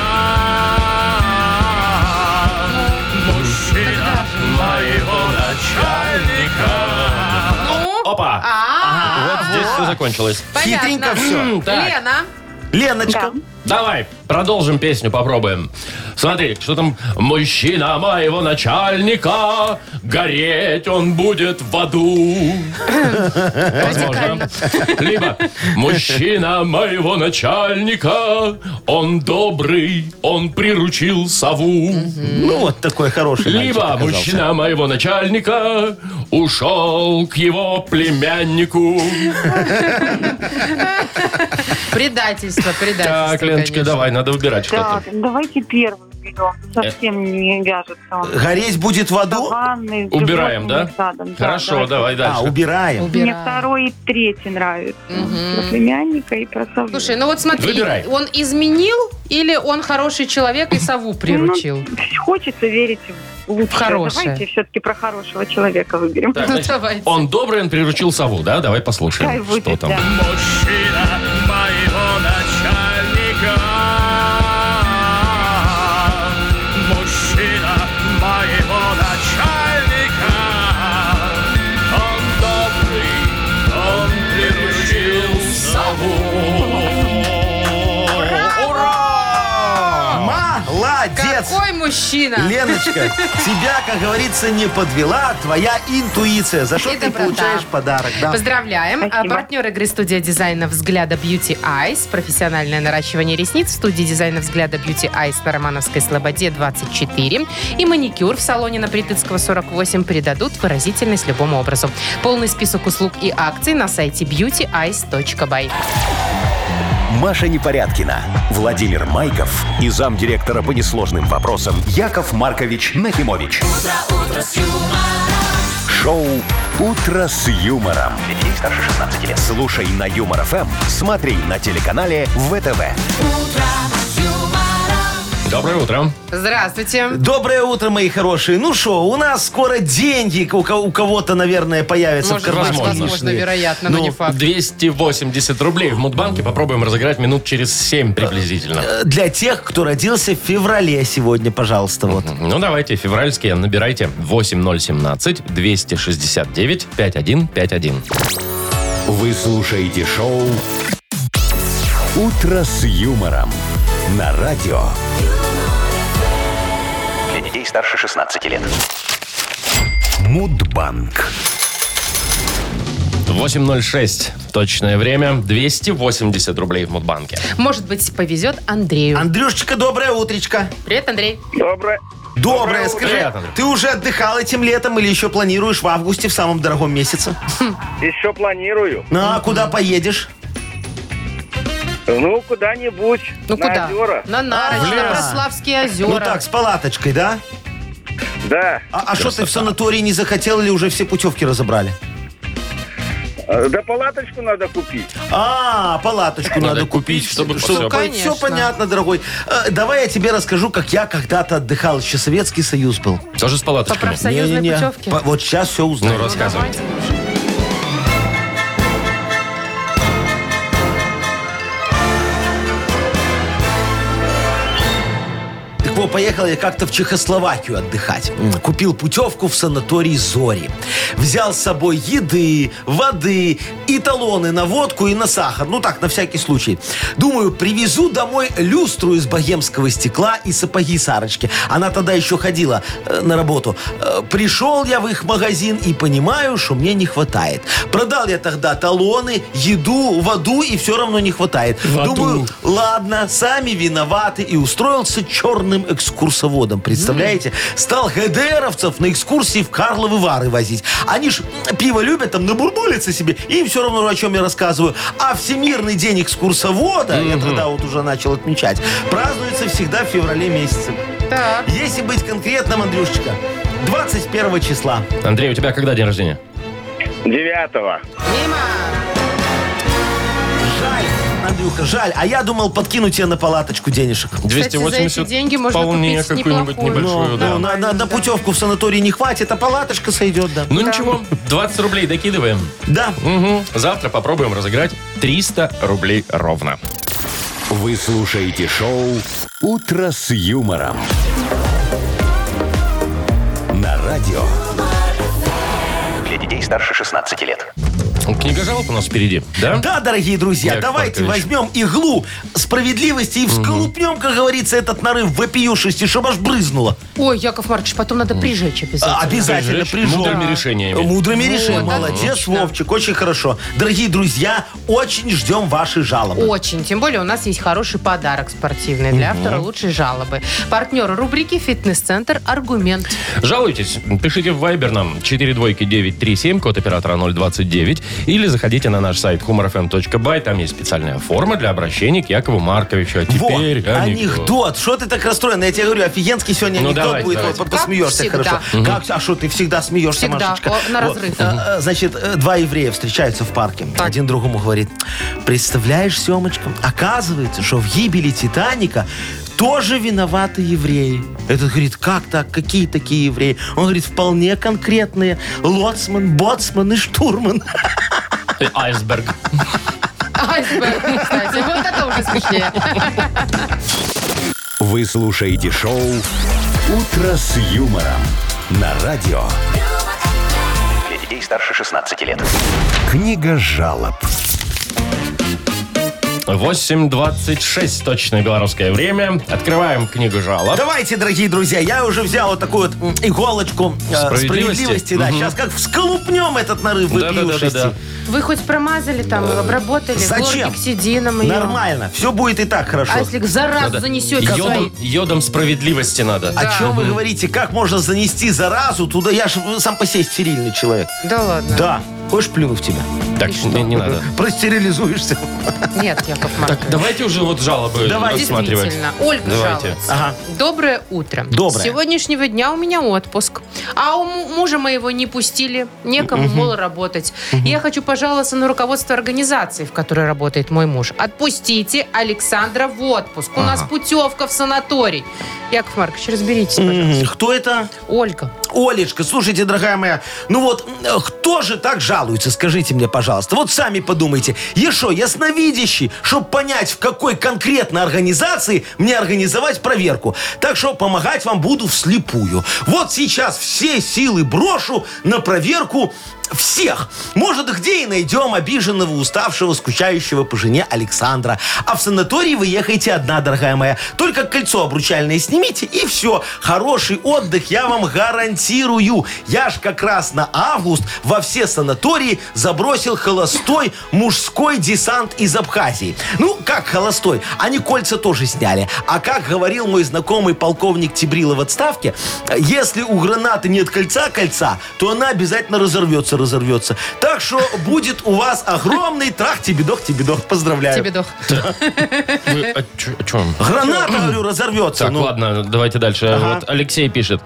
Speaker 9: Мужчина моего начальника.
Speaker 3: Ну,
Speaker 2: Опа!
Speaker 3: а,
Speaker 2: Вот здесь все закончилось.
Speaker 4: Хитренько
Speaker 3: понятно.
Speaker 4: все.
Speaker 2: Так,
Speaker 3: Лена,
Speaker 4: Леночка,
Speaker 2: давай, продолжим песню, попробуем. Смотри, что там мужчина моего начальника, гореть он будет в аду.
Speaker 3: Э,
Speaker 2: Возможно. Либо мужчина моего начальника, он добрый, он приручил сову.
Speaker 4: Ну, вот такой хороший мальчик
Speaker 2: Либо
Speaker 4: оказался.
Speaker 2: мужчина моего начальника ушел к его племяннику.
Speaker 3: Предательство, предательство.
Speaker 2: Так, Леночка,
Speaker 3: конечно.
Speaker 2: давай, надо выбирать что-то.
Speaker 6: Так, давайте первый берем.
Speaker 2: Э?
Speaker 6: Совсем не вяжется он.
Speaker 4: Гореть будет в аду?
Speaker 6: Ванны с
Speaker 2: Убираем, да?
Speaker 6: животными садом. Да,
Speaker 2: Хорошо,
Speaker 6: давайте.
Speaker 2: давай
Speaker 4: А,
Speaker 2: дальше.
Speaker 4: убираем.
Speaker 6: Мне
Speaker 3: Убираем.
Speaker 6: второй и третий нравятся. Про племянника и про сову.
Speaker 3: Слушай, ну вот смотри,
Speaker 2: Выбирай.
Speaker 3: он изменил или он хороший человек и сову приручил?
Speaker 6: Ну, хочется верить в лучшее.
Speaker 3: В хорошее.
Speaker 6: Давайте все-таки про хорошего человека выберем.
Speaker 2: Так,
Speaker 3: Ну,
Speaker 2: значит,
Speaker 3: давайте.
Speaker 2: Он добрый, он приручил сову, да? Давай
Speaker 6: Пускай
Speaker 2: послушаем, что
Speaker 6: будет,
Speaker 2: там.
Speaker 6: да.
Speaker 9: Мужчина моего начальника. Мужчина моего начальника. Он добрый, он приручил сову.
Speaker 4: Молодец!
Speaker 3: Какой мужчина!
Speaker 4: Леночка, тебя, как говорится, не подвела твоя интуиция, за что
Speaker 3: И
Speaker 4: ты
Speaker 3: доброта.
Speaker 4: получаешь подарок. Да.
Speaker 3: Поздравляем. А
Speaker 6: Спасибо.
Speaker 3: партнер игры студия дизайна «Взгляда Beauty Eyes». Профессиональное наращивание ресниц в студии дизайна «Взгляда Beauty Eyes» на Романовской Слободе 24. И маникюр в салоне на Притыцкого 48 придадут выразительность любому образу. Полный список услуг и акций на сайте beautyeyes.by.
Speaker 1: Маша Непорядкина, Владимир Майков и замдиректора по несложным вопросам Яков Маркович Нахимович. Шоу Утро с юмором. Детей старше 16 лет. Слушай на юмор ФМ, смотри на телеканале ВТВ.
Speaker 2: Доброе утро.
Speaker 3: Здравствуйте.
Speaker 4: Доброе утро, мои хорошие. Ну что, у нас скоро деньги у ко- у кого-то, наверное, появятся
Speaker 3: Может
Speaker 4: в кармане.
Speaker 3: быть, возможно,
Speaker 4: лишние.
Speaker 3: вероятно, но
Speaker 4: Ну,
Speaker 3: не факт.
Speaker 2: 280 рублей в Мудбанке. Попробуем разыграть минут через 7 приблизительно.
Speaker 4: э, Для тех, кто родился в феврале сегодня, пожалуйста, вот.
Speaker 2: Ну, давайте, февральские, набирайте 8017-269-5151.
Speaker 1: Вы слушаете шоу Утро с юмором на радио.
Speaker 7: Для детей старше 16 лет.
Speaker 1: Мудбанк.
Speaker 2: 8.06, точное время, 280 рублей в Мудбанке.
Speaker 3: Может быть, повезет Андрею.
Speaker 4: Андрюшечка, доброе утречко.
Speaker 3: Привет, Андрей.
Speaker 5: Доброе.
Speaker 4: Доброе, скажи,
Speaker 2: Привет, Андрей.
Speaker 4: ты уже отдыхал этим летом или еще планируешь в августе, в самом дорогом месяце?
Speaker 5: Еще планирую.
Speaker 4: Ну, а куда поедешь?
Speaker 5: Ну, куда-нибудь.
Speaker 3: Ну
Speaker 5: на
Speaker 3: куда?
Speaker 5: Озера.
Speaker 3: На Нарочь,
Speaker 4: А,
Speaker 3: на
Speaker 4: в лес.
Speaker 3: Брославские озера.
Speaker 4: Ну так, с палаточкой, да?
Speaker 5: Да.
Speaker 4: А- А что ты в санатории не захотел или уже все путевки разобрали?
Speaker 5: Э, Да палаточку надо купить.
Speaker 4: А, палаточку
Speaker 2: Надо
Speaker 4: надо,
Speaker 2: купить,
Speaker 4: купить,
Speaker 2: чтобы
Speaker 3: всё
Speaker 4: по-
Speaker 3: понятно.
Speaker 4: всё понятно, дорогой. Э, давай я тебе расскажу, как я когда-то отдыхал. Еще Советский Союз был.
Speaker 2: Тоже с
Speaker 3: По
Speaker 2: палаточками?
Speaker 3: профсоюзной
Speaker 4: Не-не-не.
Speaker 3: путевке.
Speaker 4: По- вот сейчас все
Speaker 2: Ну,
Speaker 4: узнаю.
Speaker 2: рассказывай.
Speaker 4: Так вот, поехал я как-то в Чехословакию отдыхать. М, Купил путевку в санаторий «Зори». Взял с собой еды, воды и талоны на водку и на сахар. Ну так, на всякий случай. Думаю, привезу домой люстру из богемского стекла и сапоги Сарочки. Она тогда еще ходила э, на работу. Э, пришел я в их магазин и понимаю, что мне не хватает. Продал я тогда талоны, еду, воду и все равно не хватает.
Speaker 2: Воду.
Speaker 4: Думаю, Ладно, сами виноваты. И устроился черным экскурсоводом, представляете? Стал ГДРовцев на экскурсии в Карловы Вары возить. Они ж м, пиво любят, там набурбулятся себе, и им все равно, о чем я рассказываю. А Всемирный день экскурсовода, я тогда вот уже начал отмечать, празднуется всегда в феврале месяце.
Speaker 3: Так.
Speaker 4: Если быть конкретным, Андрюшечка, 21 числа.
Speaker 2: Андрей, у тебя когда день рождения?
Speaker 5: Девятого.
Speaker 3: Мимо.
Speaker 4: Жаль, Андрюха, жаль. А я думал подкину тебе на палаточку денежек.
Speaker 3: Кстати, за эти деньги можно
Speaker 2: вполне
Speaker 3: купить
Speaker 2: какую-нибудь
Speaker 3: неплохую.
Speaker 2: небольшую,
Speaker 4: Ну,
Speaker 2: да.
Speaker 4: ну, на, на- на путевку в санаторий не хватит, а палаточка сойдет, да.
Speaker 2: Ну ничего, 20 рублей докидываем.
Speaker 4: Да.
Speaker 2: Мгм. Завтра попробуем разыграть 300 рублей ровно.
Speaker 1: Вы слушаете шоу «Утро с юмором». На радио
Speaker 7: Для детей старше 16 лет.
Speaker 2: Книга жалоб у нас впереди, да?
Speaker 4: Да, дорогие друзья,
Speaker 2: Яков
Speaker 4: давайте
Speaker 2: Маркович.
Speaker 4: возьмем иглу справедливости и всколупнем, как говорится, этот нарыв вопиюшести, чтобы аж брызнуло.
Speaker 3: Ой, Яков Маркович, потом надо прижечь
Speaker 4: А,
Speaker 3: обязательно.
Speaker 4: Обязательно
Speaker 2: Прижечь
Speaker 4: прижжем.
Speaker 2: мудрыми решениями.
Speaker 4: Мудрыми решениями.
Speaker 3: отлично.
Speaker 4: Молодец, Вовчик, очень хорошо. Дорогие друзья, очень ждем ваши жалобы.
Speaker 3: Очень. Тем более у нас есть хороший подарок спортивный для автора лучшей жалобы. Партнер рубрики «Фитнес-центр Аргумент».
Speaker 2: Жалуйтесь, пишите в Viber нам 42937, код оператора 029, или заходите на наш сайт humorfm.by, там есть специальная форма для обращения к Якову Марковичу. А
Speaker 4: Вот,
Speaker 2: теперь анекдот.
Speaker 4: анекдот. Что ты так расстроен? Я тебе говорю, офигенский сегодня
Speaker 2: Ну,
Speaker 4: анекдот
Speaker 2: давайте,
Speaker 4: будет.
Speaker 2: давайте.
Speaker 4: Вот, посмеешься
Speaker 3: Как всегда.
Speaker 4: хорошо. Как, а что ты всегда смеешься,
Speaker 3: Всегда.
Speaker 4: Машечка?
Speaker 3: О, на
Speaker 4: Вот.
Speaker 3: разрыв.
Speaker 4: А, а, Значит, э, два еврея встречаются в парке. Один другому говорит, представляешь, Семочка, оказывается, что в гибели Титаника тоже виноваты евреи. Этот говорит, как так? Какие такие евреи? Он говорит, вполне конкретные. Лоцман, боцман и штурман.
Speaker 2: Айсберг.
Speaker 3: Айсберг, кстати. Вот это уже смешнее.
Speaker 1: Вы слушаете шоу «Утро с юмором» на радио.
Speaker 7: Для детей старше 16 лет.
Speaker 1: Книга жалоб.
Speaker 2: 8.26, точное белорусское время. Открываем книгу жалоб.
Speaker 4: Давайте, дорогие друзья, я уже взял вот такую вот м, иголочку э,
Speaker 2: Справедливости?
Speaker 4: справедливости. да. Сейчас как всколупнем этот нарыв выпившести.
Speaker 2: Да-да-да-да-да.
Speaker 3: Вы хоть промазали там, обработали
Speaker 4: Зачем?
Speaker 3: хлоргексидином ее?
Speaker 4: Нормально, все будет и так хорошо.
Speaker 3: А если за раз
Speaker 2: Надо.
Speaker 3: занесете свои?
Speaker 2: Йодом, йодом справедливости надо.
Speaker 4: О чем вы говорите? Как можно занести заразу туда? Я же сам по себе стерильный человек.
Speaker 3: Да ладно.
Speaker 4: Да. Хочешь, плюну в тебя?
Speaker 2: Так, не, не надо.
Speaker 4: Простерилизуешься.
Speaker 3: Нет, Яков Маркович.
Speaker 2: Так, давайте уже вот жалобы
Speaker 4: Давай.
Speaker 2: рассматривать.
Speaker 3: А, Действительно. Ольга
Speaker 2: Давайте.
Speaker 3: жалуется.
Speaker 4: Ага.
Speaker 3: Доброе утро.
Speaker 4: Доброе.
Speaker 3: С сегодняшнего дня у меня отпуск. А у му- мужа моего не пустили. Некому, мол, работать. Я хочу пожаловаться на руководство организации, в которой работает мой муж. Отпустите Александра в отпуск. У нас путевка в санаторий. Яков Маркович, разберитесь, пожалуйста.
Speaker 4: М, Кто это?
Speaker 3: Ольга.
Speaker 4: Олечка, слушайте, дорогая моя, ну вот э, кто же так жалуется, скажите мне, пожалуйста. Вот сами подумайте. Я что, ясновидящий, чтобы понять, в какой конкретно организации мне организовать проверку. Так что помогать вам буду вслепую. Вот сейчас все силы брошу на проверку всех. Может, где и найдем обиженного, уставшего, скучающего по жене Александра. А в санаторий вы ехаете одна, дорогая моя. Только кольцо обручальное снимите, и все. Хороший отдых я вам гарантирую. Я ж как раз на август во все санатории забросил холостой мужской десант из Абхазии. Ну, как холостой? Они кольца тоже сняли. А как говорил мой знакомый полковник Тибрила в отставке, если у гранаты нет кольца, кольца, то она обязательно разорвется, разорвется. Так что будет у вас огромный трах тибидох, тибидох. Поздравляю.
Speaker 3: Тебе дох.
Speaker 2: Вы о, чё- о чём?
Speaker 4: Граната, говорю, разорвется.
Speaker 2: Так,
Speaker 4: ну.
Speaker 2: ладно, давайте дальше. Вот Алексей пишет.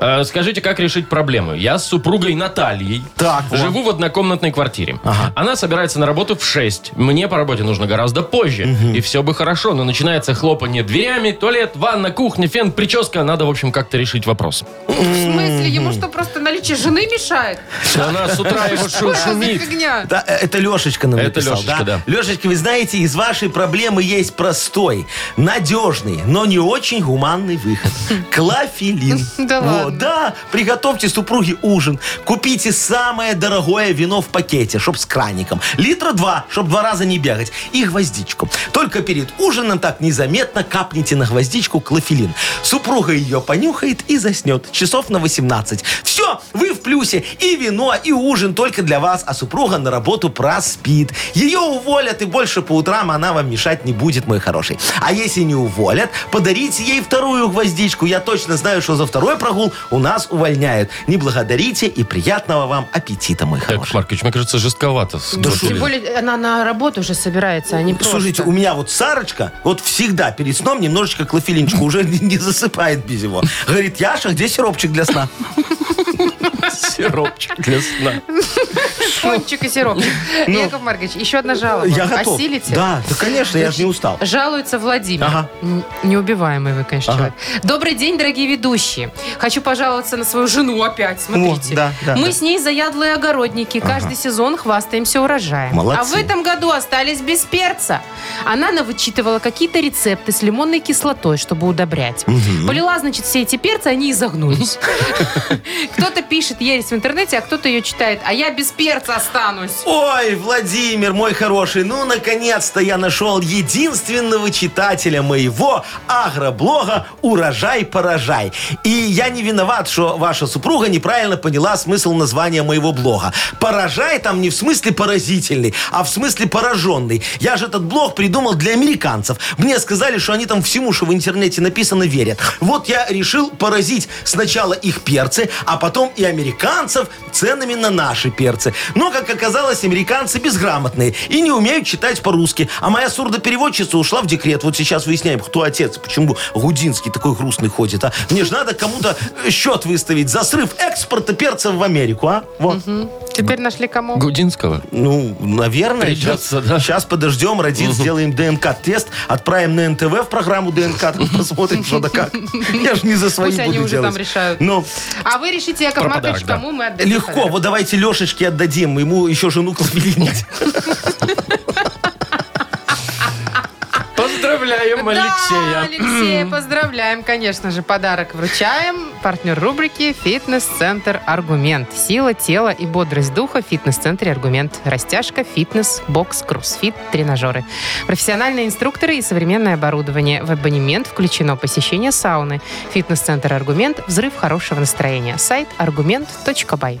Speaker 2: «Э, Скажите, как решить проблему? Я с супругой Натальей
Speaker 4: Так, вот.
Speaker 2: живу в однокомнатной квартире. Она собирается на работу в 6. Мне по работе нужно гораздо позже. И все бы хорошо, но начинается хлопанье дверями, туалет, ванна, кухня, фен, прическа. Надо, в общем, как-то решить вопрос.
Speaker 3: В смысле? Ему что, просто наличие жены мешает?
Speaker 2: Она с утра его шу-
Speaker 3: Что это за
Speaker 2: шумит.
Speaker 3: фигня?
Speaker 4: Да, э, это Лешечка нам
Speaker 2: Это
Speaker 4: написал,
Speaker 2: Лешечка, да.
Speaker 4: Лешечка, вы знаете, из вашей проблемы есть простой, надежный, но не очень гуманный выход. Клофелин.
Speaker 3: Да
Speaker 4: Вот,
Speaker 3: ладно?
Speaker 4: да, приготовьте супруге ужин, купите самое дорогое вино в пакете, чтоб с краником. Литра два, чтоб два раза не бегать. И гвоздичку. Только перед ужином так незаметно капните на гвоздичку клофелин. Супруга ее понюхает и заснет. Часов на 18. Все, вы в плюсе. И вино, и ужин только для вас, а супруга на работу проспит. Ее уволят, и больше по утрам она вам мешать не будет, мой хороший. А если не уволят, подарите ей вторую гвоздичку. Я точно знаю, что за второй прогул у нас увольняют. Не благодарите и приятного вам аппетита, мой
Speaker 2: Яков
Speaker 4: хороший.
Speaker 2: Маркович, мне кажется, жестковато. с
Speaker 4: Да шо
Speaker 2: Гошей.
Speaker 3: Тем более, она на работу уже собирается, а не просто.
Speaker 4: Слушайте, у меня вот Сарочка вот всегда перед сном немножечко клофелинчику уже не, не засыпает без его. Говорит, Яша, где сиропчик для сна?
Speaker 2: Сиропчик для сна.
Speaker 3: Пончик и сиропчик. Яков Маркович, еще одна жалоба.
Speaker 4: Ну. Я готов.
Speaker 3: Осилите?
Speaker 4: Да, да, конечно, я же не устал.
Speaker 3: Жалуется Владимир.
Speaker 4: Ага.
Speaker 3: Н- Неубиваемый вы, конечно, человек. Добрый день, дорогие ведущие. Хочу пожаловаться на свою жену опять. Смотрите.
Speaker 4: О, да, да,
Speaker 3: Мы
Speaker 4: да.
Speaker 3: с ней заядлые огородники. Каждый сезон хвастаемся урожаем.
Speaker 4: Молодцы.
Speaker 3: А в этом году остались без перца. Она навычитывала какие-то рецепты с лимонной кислотой, чтобы удобрять. Полила, значит, все эти перцы, они изогнулись. Кто-то пишет, ересь в интернете, а кто-то ее читает. А я без перца останусь.
Speaker 4: Ой, Владимир, мой хороший, ну, наконец-то я нашел единственного читателя моего агроблога «Урожай, поражай». И я не виноват, что ваша супруга неправильно поняла смысл названия моего блога. «Поражай» там не в смысле поразительный, а в смысле пораженный. Я же этот блог придумал для американцев. Мне сказали, что они там всему, что в интернете написано, верят. Вот я решил поразить сначала их перцы, а потом и американцев ценами на наши перцы. Но, как оказалось, американцы безграмотные и не умеют читать по-русски. А моя сурдопереводчица ушла в декрет. Вот сейчас выясняем, кто отец, почему Гудинский такой грустный ходит. А мне же надо кому-то э, счет выставить за срыв экспорта перцев в Америку, а? Вот.
Speaker 3: Теперь нашли кому.
Speaker 2: Гудинского?
Speaker 4: Ну, наверное.
Speaker 2: Придется,
Speaker 4: сейчас,
Speaker 2: да.
Speaker 4: Сейчас подождем, родим, сделаем ДНК-тест, отправим на НТВ в программу ДНК, там посмотрим, что да как. Я же не за свои
Speaker 3: Пусть
Speaker 4: буду
Speaker 3: они уже
Speaker 4: делать.
Speaker 3: там решают.
Speaker 4: Ну,
Speaker 3: А вы решите, Яков
Speaker 2: Про
Speaker 3: Маркович,
Speaker 2: подарок, да.
Speaker 3: кому мы отдадим.
Speaker 4: легко. Вот давайте Лешечке отдадим, ему еще жену клавелинить.
Speaker 2: Поздравляем
Speaker 3: Да,
Speaker 2: Алексея.
Speaker 3: Алексея, поздравляем, конечно же, подарок вручаем. Партнер рубрики «Фитнес-центр Аргумент». Сила тела и бодрость духа в фитнес-центре Аргумент. Растяжка, фитнес, бокс, кроссфит, тренажеры. Профессиональные инструкторы и современное оборудование. В абонемент включено посещение сауны. Фитнес-центр Аргумент. Взрыв хорошего настроения. Сайт argument.by.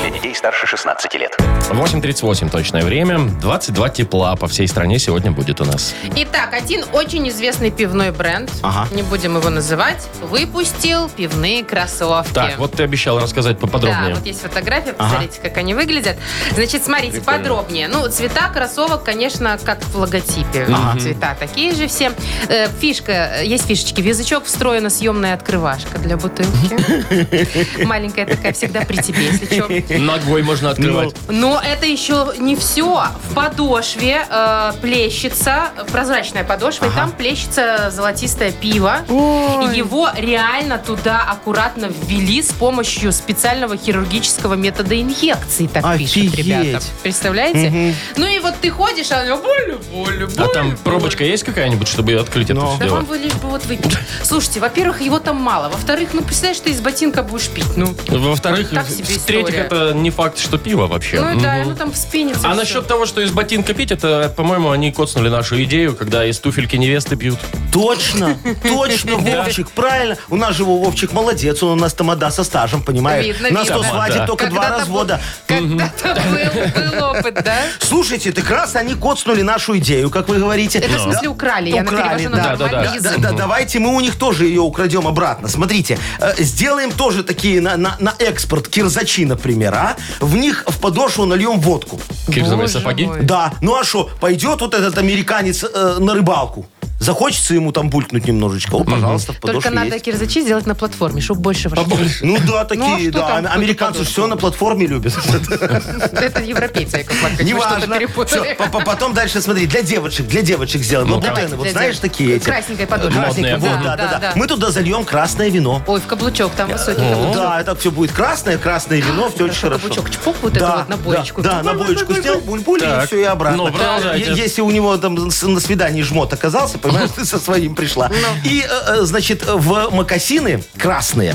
Speaker 7: Для детей старше 16 лет.
Speaker 2: 8.38 точное время. 22 тепла по всей стране сегодня будет у нас.
Speaker 3: Итак, один очень известный пивной бренд,
Speaker 4: Ага.
Speaker 3: не будем его называть, выпустил пивные кроссовки.
Speaker 2: Так, вот ты обещал рассказать поподробнее.
Speaker 3: Да, вот есть фотография, посмотрите, как они выглядят. Значит, смотрите, подробнее. Ну, цвета кроссовок, конечно, как в логотипе. Цвета такие же все. Э, Фишка, э, есть фишечки. В язычок встроена съемная открывашка для бутылки. Маленькая такая всегда при тебе, если что.
Speaker 2: Ногой можно открывать.
Speaker 3: Но это еще не все. В подошве э, плещется э, прозрачная подошва, и там плещется золотистое пиво. И его реально туда аккуратно ввели с помощью специального хирургического метода инъекции, так пишут
Speaker 4: Офигеть.
Speaker 3: ребята. Представляете? Ну и вот ты ходишь, а оно болю, болю,
Speaker 2: а
Speaker 3: болю,
Speaker 2: там
Speaker 3: болю.
Speaker 2: пробочка есть какая-нибудь, чтобы открыть это
Speaker 4: Но.
Speaker 2: все
Speaker 3: ну, Да вам
Speaker 2: дело?
Speaker 3: бы лишь бы вот выпить. Слушайте, во-первых, его там мало. Во-вторых, ну представляешь, ты из ботинка будешь пить. Ну,
Speaker 2: Во-вторых,
Speaker 3: Так себе
Speaker 2: в-третьих,
Speaker 3: история.
Speaker 2: это не факт, что пиво вообще.
Speaker 3: ну и да,
Speaker 2: Мгм.
Speaker 3: ну там вспенится.
Speaker 2: А
Speaker 3: всё.
Speaker 2: насчет того, что из ботинка пить, это, по-моему, они коцнули нашу идею, когда из туфельки невесты пьют.
Speaker 4: Точно, точно, Вовчик, правильно. У нас же его Вовчик молодец, он у нас тамада со стажем, понимаешь?
Speaker 3: Видно,
Speaker 4: Нас
Speaker 3: видно.
Speaker 4: то
Speaker 2: Тамада.
Speaker 4: свадит только два
Speaker 3: А Когда-то был-
Speaker 4: развода.
Speaker 3: Когда-то был, был опыт, да?
Speaker 4: Слушайте, ты раз они коцнули нашу идею, как вы говорите.
Speaker 3: Это в смысле украли, я на
Speaker 4: Украли,
Speaker 3: перевожу на
Speaker 2: да,
Speaker 4: да,
Speaker 3: нормальный
Speaker 4: Да,
Speaker 3: язык.
Speaker 4: да, давайте мы у них тоже ее украдем обратно. Смотрите, э, сделаем тоже такие на, на- на экспорт кирзачи, например, а? В них в подошву нальем водку.
Speaker 2: Кирзовые
Speaker 3: Боже
Speaker 2: сапоги.
Speaker 3: мой.
Speaker 4: Да, ну а что, пойдет вот этот американец э, на рыбалку? Захочется ему там булькнуть немножечко. О, пожалуйста, в
Speaker 3: Только
Speaker 4: подошве
Speaker 3: надо
Speaker 4: есть.
Speaker 3: кирзачи сделать на платформе, чтобы больше вошло.
Speaker 4: Ну да,
Speaker 3: Ну, а
Speaker 4: такие,
Speaker 3: что
Speaker 4: да.
Speaker 3: там,
Speaker 4: А-
Speaker 3: кто-то
Speaker 4: Американцы
Speaker 3: подошву?
Speaker 4: все на платформе любят.
Speaker 3: Это европейцы, Яков Маркович, вы что-то
Speaker 4: Неважно.
Speaker 3: перепутали.
Speaker 4: Всё, по- по- Потом дальше смотри, для девочек, для девочек сделаем. Ну,
Speaker 3: Давайте,
Speaker 4: вот
Speaker 3: для
Speaker 4: знаешь
Speaker 3: девочек.
Speaker 4: такие эти.
Speaker 3: Красненькая подушка.
Speaker 4: Красненькая,
Speaker 2: Модная,
Speaker 4: вот,
Speaker 3: модная.
Speaker 4: да, да,
Speaker 3: Да, да.
Speaker 4: да. Мы туда зальем красное вино.
Speaker 3: Ой, в каблучок, там высокий каблучок.
Speaker 4: Э, Да, это все будет красное, красное вино, все очень хорошо.
Speaker 3: Каблучок, чпок, вот это вот на боечку.
Speaker 4: Да, да, на боечку сделал, буль-буль, и
Speaker 2: Так.
Speaker 4: все, и обратно.
Speaker 2: Ну, продолжайте.
Speaker 4: Е- Если у него там с- на свидании жмот оказался, понимаешь, ты со своим пришла.
Speaker 3: Ну.
Speaker 4: И, э, э, значит, в макасины красные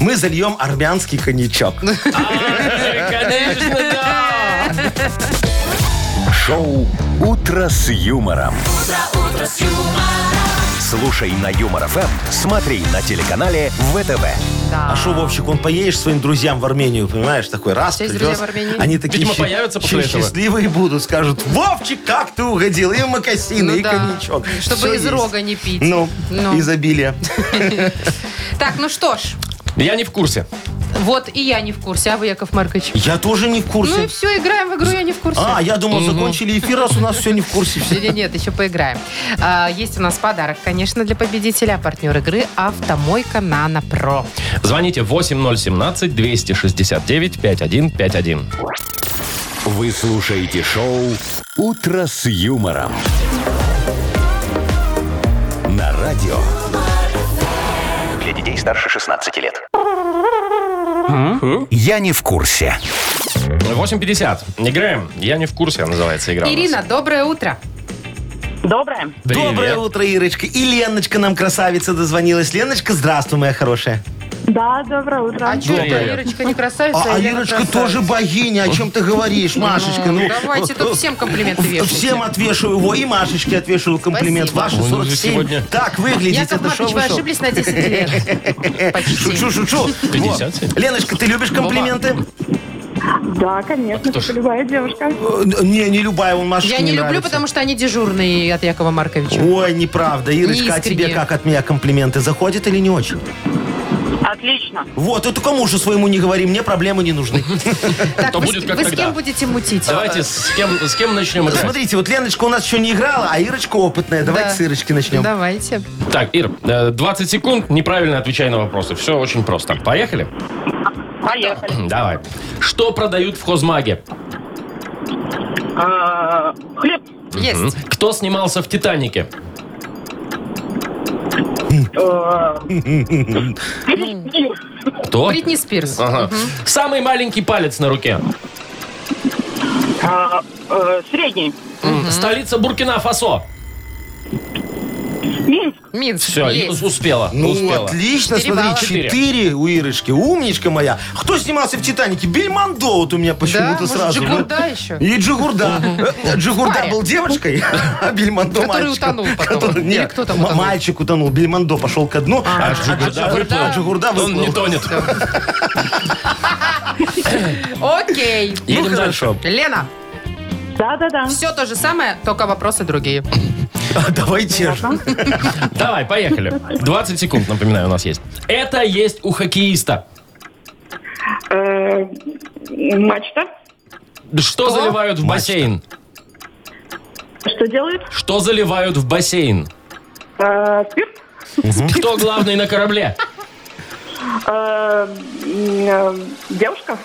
Speaker 4: мы зальем армянский коньячок.
Speaker 2: Конечно, да!
Speaker 1: Шоу «Утро с юмором». Слушай на Юмор ФМ, смотри на телеканале ВТВ.
Speaker 3: Да.
Speaker 4: А что, Вовчик, он поедешь своим друзьям в Армению, понимаешь, такой раз,
Speaker 3: Есть
Speaker 4: привез.
Speaker 3: друзья в Армении?
Speaker 4: Они такие
Speaker 2: Видимо,
Speaker 4: щи-
Speaker 2: появятся после
Speaker 4: щи-
Speaker 2: этого.
Speaker 4: счастливые будут, скажут, Вовчик, как ты угодил, и макасины,
Speaker 3: Ну
Speaker 4: и
Speaker 3: да.
Speaker 4: коньячок.
Speaker 3: Чтобы
Speaker 4: Всё
Speaker 3: из
Speaker 4: есть.
Speaker 3: рога не пить.
Speaker 4: Ну,
Speaker 3: Ну.
Speaker 4: изобилие.
Speaker 3: Так, ну что ж,
Speaker 2: Я не в курсе.
Speaker 3: вот и я не в курсе, а вы, Яков Маркович?
Speaker 4: Я тоже не в
Speaker 3: Ну и
Speaker 4: курсе.
Speaker 3: все, играем в игру, я не в курсе.
Speaker 4: А, я думал, закончили эфир, раз у нас все не в курсе. все.
Speaker 3: Или нет, еще поиграем. А, есть у нас подарок, конечно, для победителя. Партнер игры «Автомойка Нано Про».
Speaker 2: Звоните 8017-269-5151.
Speaker 1: Вы слушаете шоу «Утро с юмором». На радио
Speaker 7: Для детей старше 16 лет.
Speaker 1: «Я не в курсе».
Speaker 2: 8.50. Играем. Я не в курсе, называется игра. у нас.
Speaker 3: Ирина, доброе утро.
Speaker 6: Доброе.
Speaker 4: Доброе утро, Ирочка. И Леночка нам красавица дозвонилась. Леночка, здравствуй, моя хорошая.
Speaker 6: Да, доброе утро.
Speaker 3: А что это,
Speaker 2: Привет.
Speaker 3: Ирочка не красавица,
Speaker 4: А, а
Speaker 3: Лена
Speaker 4: Ирочка
Speaker 3: красавица?
Speaker 4: тоже богиня. О чем ты говоришь, Машечка? Ну,
Speaker 3: Давайте тут всем комплименты вешайте.
Speaker 4: Всем отвешу его. И Машечке отвешу комплимент.
Speaker 3: Спасибо.
Speaker 4: Ваши
Speaker 2: Ой, ну вы
Speaker 4: 47.
Speaker 2: сегодня-
Speaker 4: Так выглядите.
Speaker 3: Яков
Speaker 4: да шо
Speaker 3: Маркович,
Speaker 4: вы
Speaker 3: вы
Speaker 4: шо?
Speaker 3: ошиблись на 10 лет. Почти.
Speaker 4: Шучу, шучу.
Speaker 2: 50?
Speaker 4: Вот. Леночка, ты
Speaker 2: Ну,
Speaker 4: любишь комплименты?
Speaker 6: Да, конечно,
Speaker 2: Кто ж-
Speaker 6: как любая девушка.
Speaker 4: Э, Не, не любая он Машечка
Speaker 3: Я не люблю,
Speaker 4: нравится.
Speaker 3: потому что они дежурные от Якова Марковича.
Speaker 4: Ой, неправда. Ирочка, а
Speaker 3: Неискренне.
Speaker 4: тебе как от меня комплименты? Заходят или не очень?
Speaker 6: Отлично.
Speaker 4: Вот, это кому же своему не говори, мне проблемы не нужны.
Speaker 3: Так,
Speaker 2: то
Speaker 3: вы с-
Speaker 2: будет как
Speaker 3: вы с
Speaker 2: тогда.
Speaker 3: кем будете мутить?
Speaker 2: Давайте с кем, с кем начнем играть?
Speaker 4: Смотрите, вот Леночка у нас еще не играла, а Ирочка опытная. Давайте
Speaker 3: Да.
Speaker 4: с Ирочки начнем.
Speaker 3: Давайте.
Speaker 2: Так, Ир, э, 20 секунд, неправильно отвечай на вопросы. Все очень просто. Поехали?
Speaker 6: Поехали.
Speaker 2: Давай. Что продают в хозмаге?
Speaker 6: А, Хлеб.
Speaker 2: М?
Speaker 3: Есть.
Speaker 2: Кто снимался в «Титанике»?
Speaker 6: а,
Speaker 2: Кто?
Speaker 3: Бритни Спирс.
Speaker 2: Ага. Самый маленький палец на руке.
Speaker 6: а,
Speaker 5: э,
Speaker 6: а, Средний.
Speaker 2: М, Столица Буркина-Фасо.
Speaker 6: Минск.
Speaker 3: Минск.
Speaker 2: Все,
Speaker 3: есть.
Speaker 2: успела.
Speaker 4: Ну,
Speaker 2: успела.
Speaker 4: отлично,
Speaker 3: Четыре балла.
Speaker 4: смотри, четыре у Ирочки. Умничка моя. Кто снимался в «Титанике»? Бельмондо вот у меня
Speaker 3: Да,
Speaker 4: почему-то
Speaker 3: может,
Speaker 4: сразу.
Speaker 3: Джигурда еще?
Speaker 4: И Джигурда. Э,
Speaker 3: В
Speaker 4: Джигурда
Speaker 3: паре.
Speaker 4: был девочкой, а Бельмондо
Speaker 3: Который
Speaker 4: мальчиком.
Speaker 3: утонул потом.
Speaker 4: Который-
Speaker 3: Или
Speaker 4: нет,
Speaker 3: кто там
Speaker 4: м-
Speaker 3: утонул?
Speaker 4: Мальчик утонул, Бельмондо пошел ко дну, а
Speaker 2: Джигурда выплыл.
Speaker 4: а Джигурда
Speaker 2: Он не
Speaker 4: выплыл. Ну,
Speaker 2: тонет.
Speaker 3: Окей.
Speaker 4: Ну,
Speaker 2: Едем дальше.
Speaker 3: Лена,
Speaker 6: Да-да-да.
Speaker 3: все то же самое, только вопросы другие.
Speaker 4: А, Давайте же.
Speaker 2: Давай, поехали. 20 секунд, напоминаю, у нас есть. Это есть у хоккеиста.
Speaker 6: Э, Мачта.
Speaker 2: Что заливают в бассейн?
Speaker 6: Что делает?
Speaker 2: Что заливают в бассейн?
Speaker 5: Э,
Speaker 6: А, Спирт.
Speaker 2: Кто главный на корабле?
Speaker 5: Э,
Speaker 6: А, м, а, Девушка.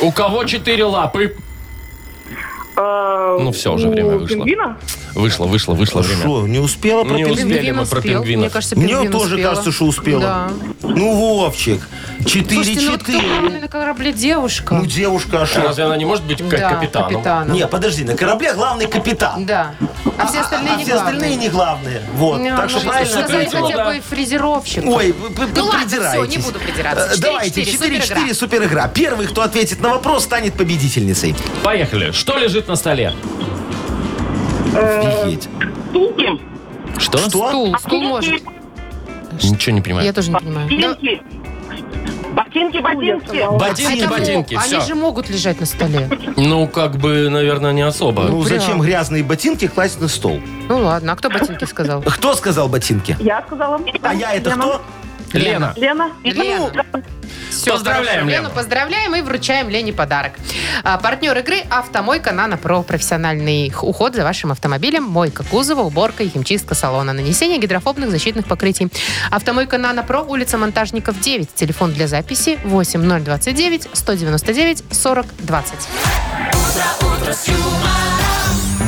Speaker 2: У кого четыре лапы? Ну,
Speaker 5: Э,
Speaker 6: Ну
Speaker 2: всё, уже время вышло. Вышло, вышло, вышло время.
Speaker 4: Что, не успела про
Speaker 2: Не
Speaker 4: пельмени?
Speaker 2: успела. Успели
Speaker 3: Пингвин
Speaker 2: мы про
Speaker 3: успел.
Speaker 2: пингвинов.
Speaker 3: Мне кажется,
Speaker 4: Мне
Speaker 3: пингвин
Speaker 4: тоже
Speaker 3: успела.
Speaker 4: кажется, что успела.
Speaker 3: Да.
Speaker 4: Ну, Вовчик,
Speaker 3: Слушайте, ну вот кто
Speaker 4: 4-4.
Speaker 3: главный на корабле девушка?
Speaker 4: Ну, девушка, а что?
Speaker 2: Разве она не может быть к-
Speaker 3: Да,
Speaker 2: капитаном?
Speaker 3: капитаном.
Speaker 4: Не, подожди, на корабле главный капитан.
Speaker 3: Да. А все остальные
Speaker 4: А
Speaker 3: не
Speaker 4: все остальные не главные. Вот.
Speaker 3: Не,
Speaker 4: Так что
Speaker 3: ну,
Speaker 4: правильно
Speaker 3: Сказали
Speaker 2: ответила,
Speaker 3: хотя
Speaker 2: да.
Speaker 3: бы фрезеровщик.
Speaker 4: Ой, вы- вы-
Speaker 3: Ну
Speaker 4: вы
Speaker 3: ладно, все, не
Speaker 4: придираетесь.
Speaker 3: буду
Speaker 4: Э,
Speaker 3: придираться. 4-4,
Speaker 4: Давайте, 4-4, супер игра. Первый, кто ответит на вопрос, станет победительницей.
Speaker 2: Поехали. Что лежит на столе?
Speaker 3: Э,
Speaker 4: Офигеть.
Speaker 6: Тулки.
Speaker 2: Что?
Speaker 4: Что?
Speaker 3: Стул, А стул ну, может.
Speaker 2: Ничего не
Speaker 3: Я
Speaker 2: понимаю.
Speaker 3: тоже не понимаю. Да,
Speaker 6: Ботинки. Ботинки, ботинки.
Speaker 2: Ботинки,
Speaker 3: это мог.
Speaker 2: ботинки,
Speaker 3: Они
Speaker 2: все.
Speaker 3: же могут лежать на столе.
Speaker 2: Ну, как бы, наверное, не особо.
Speaker 4: Ну,
Speaker 3: прям.
Speaker 4: зачем грязные ботинки класть на стол?
Speaker 3: Ну ладно, а кто ботинки сказал?
Speaker 4: Кто сказал ботинки?
Speaker 6: Я сказала.
Speaker 4: А я это
Speaker 6: Лена.
Speaker 4: кто?
Speaker 2: Лена.
Speaker 6: Лена.
Speaker 3: Лена.
Speaker 5: Ну,
Speaker 3: Всё,
Speaker 2: Поздравляем,
Speaker 3: хорошо.
Speaker 2: Лена.
Speaker 3: Лену поздравляем и вручаем Лене подарок. А, партнер игры «Автомойка Нано Про». Профессиональный уход за вашим автомобилем, мойка кузова, уборка и химчистка салона, нанесение гидрофобных защитных покрытий. «Автомойка Нано Про», улица Монтажников, 9. Телефон для записи 8029-199-4020.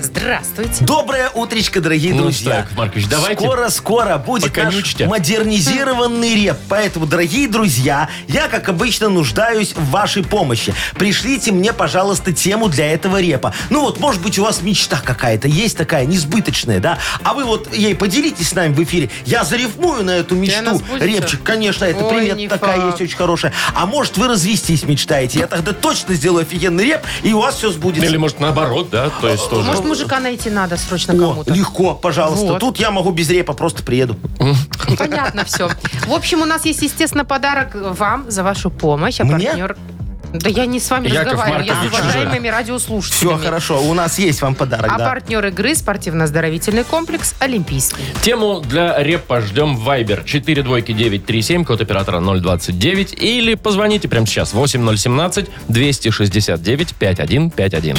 Speaker 3: Здравствуйте.
Speaker 4: Доброе утречко, дорогие
Speaker 2: Ну
Speaker 4: друзья.
Speaker 2: что, Яков Маркович, давайте
Speaker 4: Скоро-скоро будет наш
Speaker 2: поконючите.
Speaker 4: модернизированный реп. Поэтому, дорогие друзья, я, как обычно, нуждаюсь в вашей помощи. Пришлите мне, пожалуйста, тему для этого репа. Ну вот, может быть, у вас мечта какая-то есть такая, несбыточная, да? А вы вот ей поделитесь с нами в эфире. Я зарифмую на эту мечту.
Speaker 3: она сбудется?
Speaker 4: Репчик, конечно, это
Speaker 3: Ой,
Speaker 4: привет
Speaker 3: не
Speaker 4: такая
Speaker 3: факт.
Speaker 4: есть очень хорошая. А может, вы развестись мечтаете. Я тогда точно сделаю офигенный реп, и у вас все сбудется.
Speaker 2: Или, может, наоборот, да? То есть тоже.
Speaker 3: Может, мужика найти надо срочно
Speaker 4: О,
Speaker 3: кому-то?
Speaker 4: легко, пожалуйста.
Speaker 3: Вот.
Speaker 4: Тут я могу без репа, просто приеду.
Speaker 3: Понятно все. В общем, у нас есть, естественно, подарок вам за вашу помощь. А
Speaker 4: Мне?
Speaker 3: партнер... Да я не с вами
Speaker 2: Яков
Speaker 3: разговариваю, я с
Speaker 2: Маркович уже.
Speaker 3: уважаемыми радиослушателями.
Speaker 4: Все хорошо, у нас есть вам подарок,
Speaker 3: А
Speaker 4: да.
Speaker 3: партнер игры спортивно-оздоровительный комплекс «Олимпийский».
Speaker 2: Тему для репа ждем в Viber 42937, код оператора 029. Или позвоните прямо сейчас 8017-269-5151.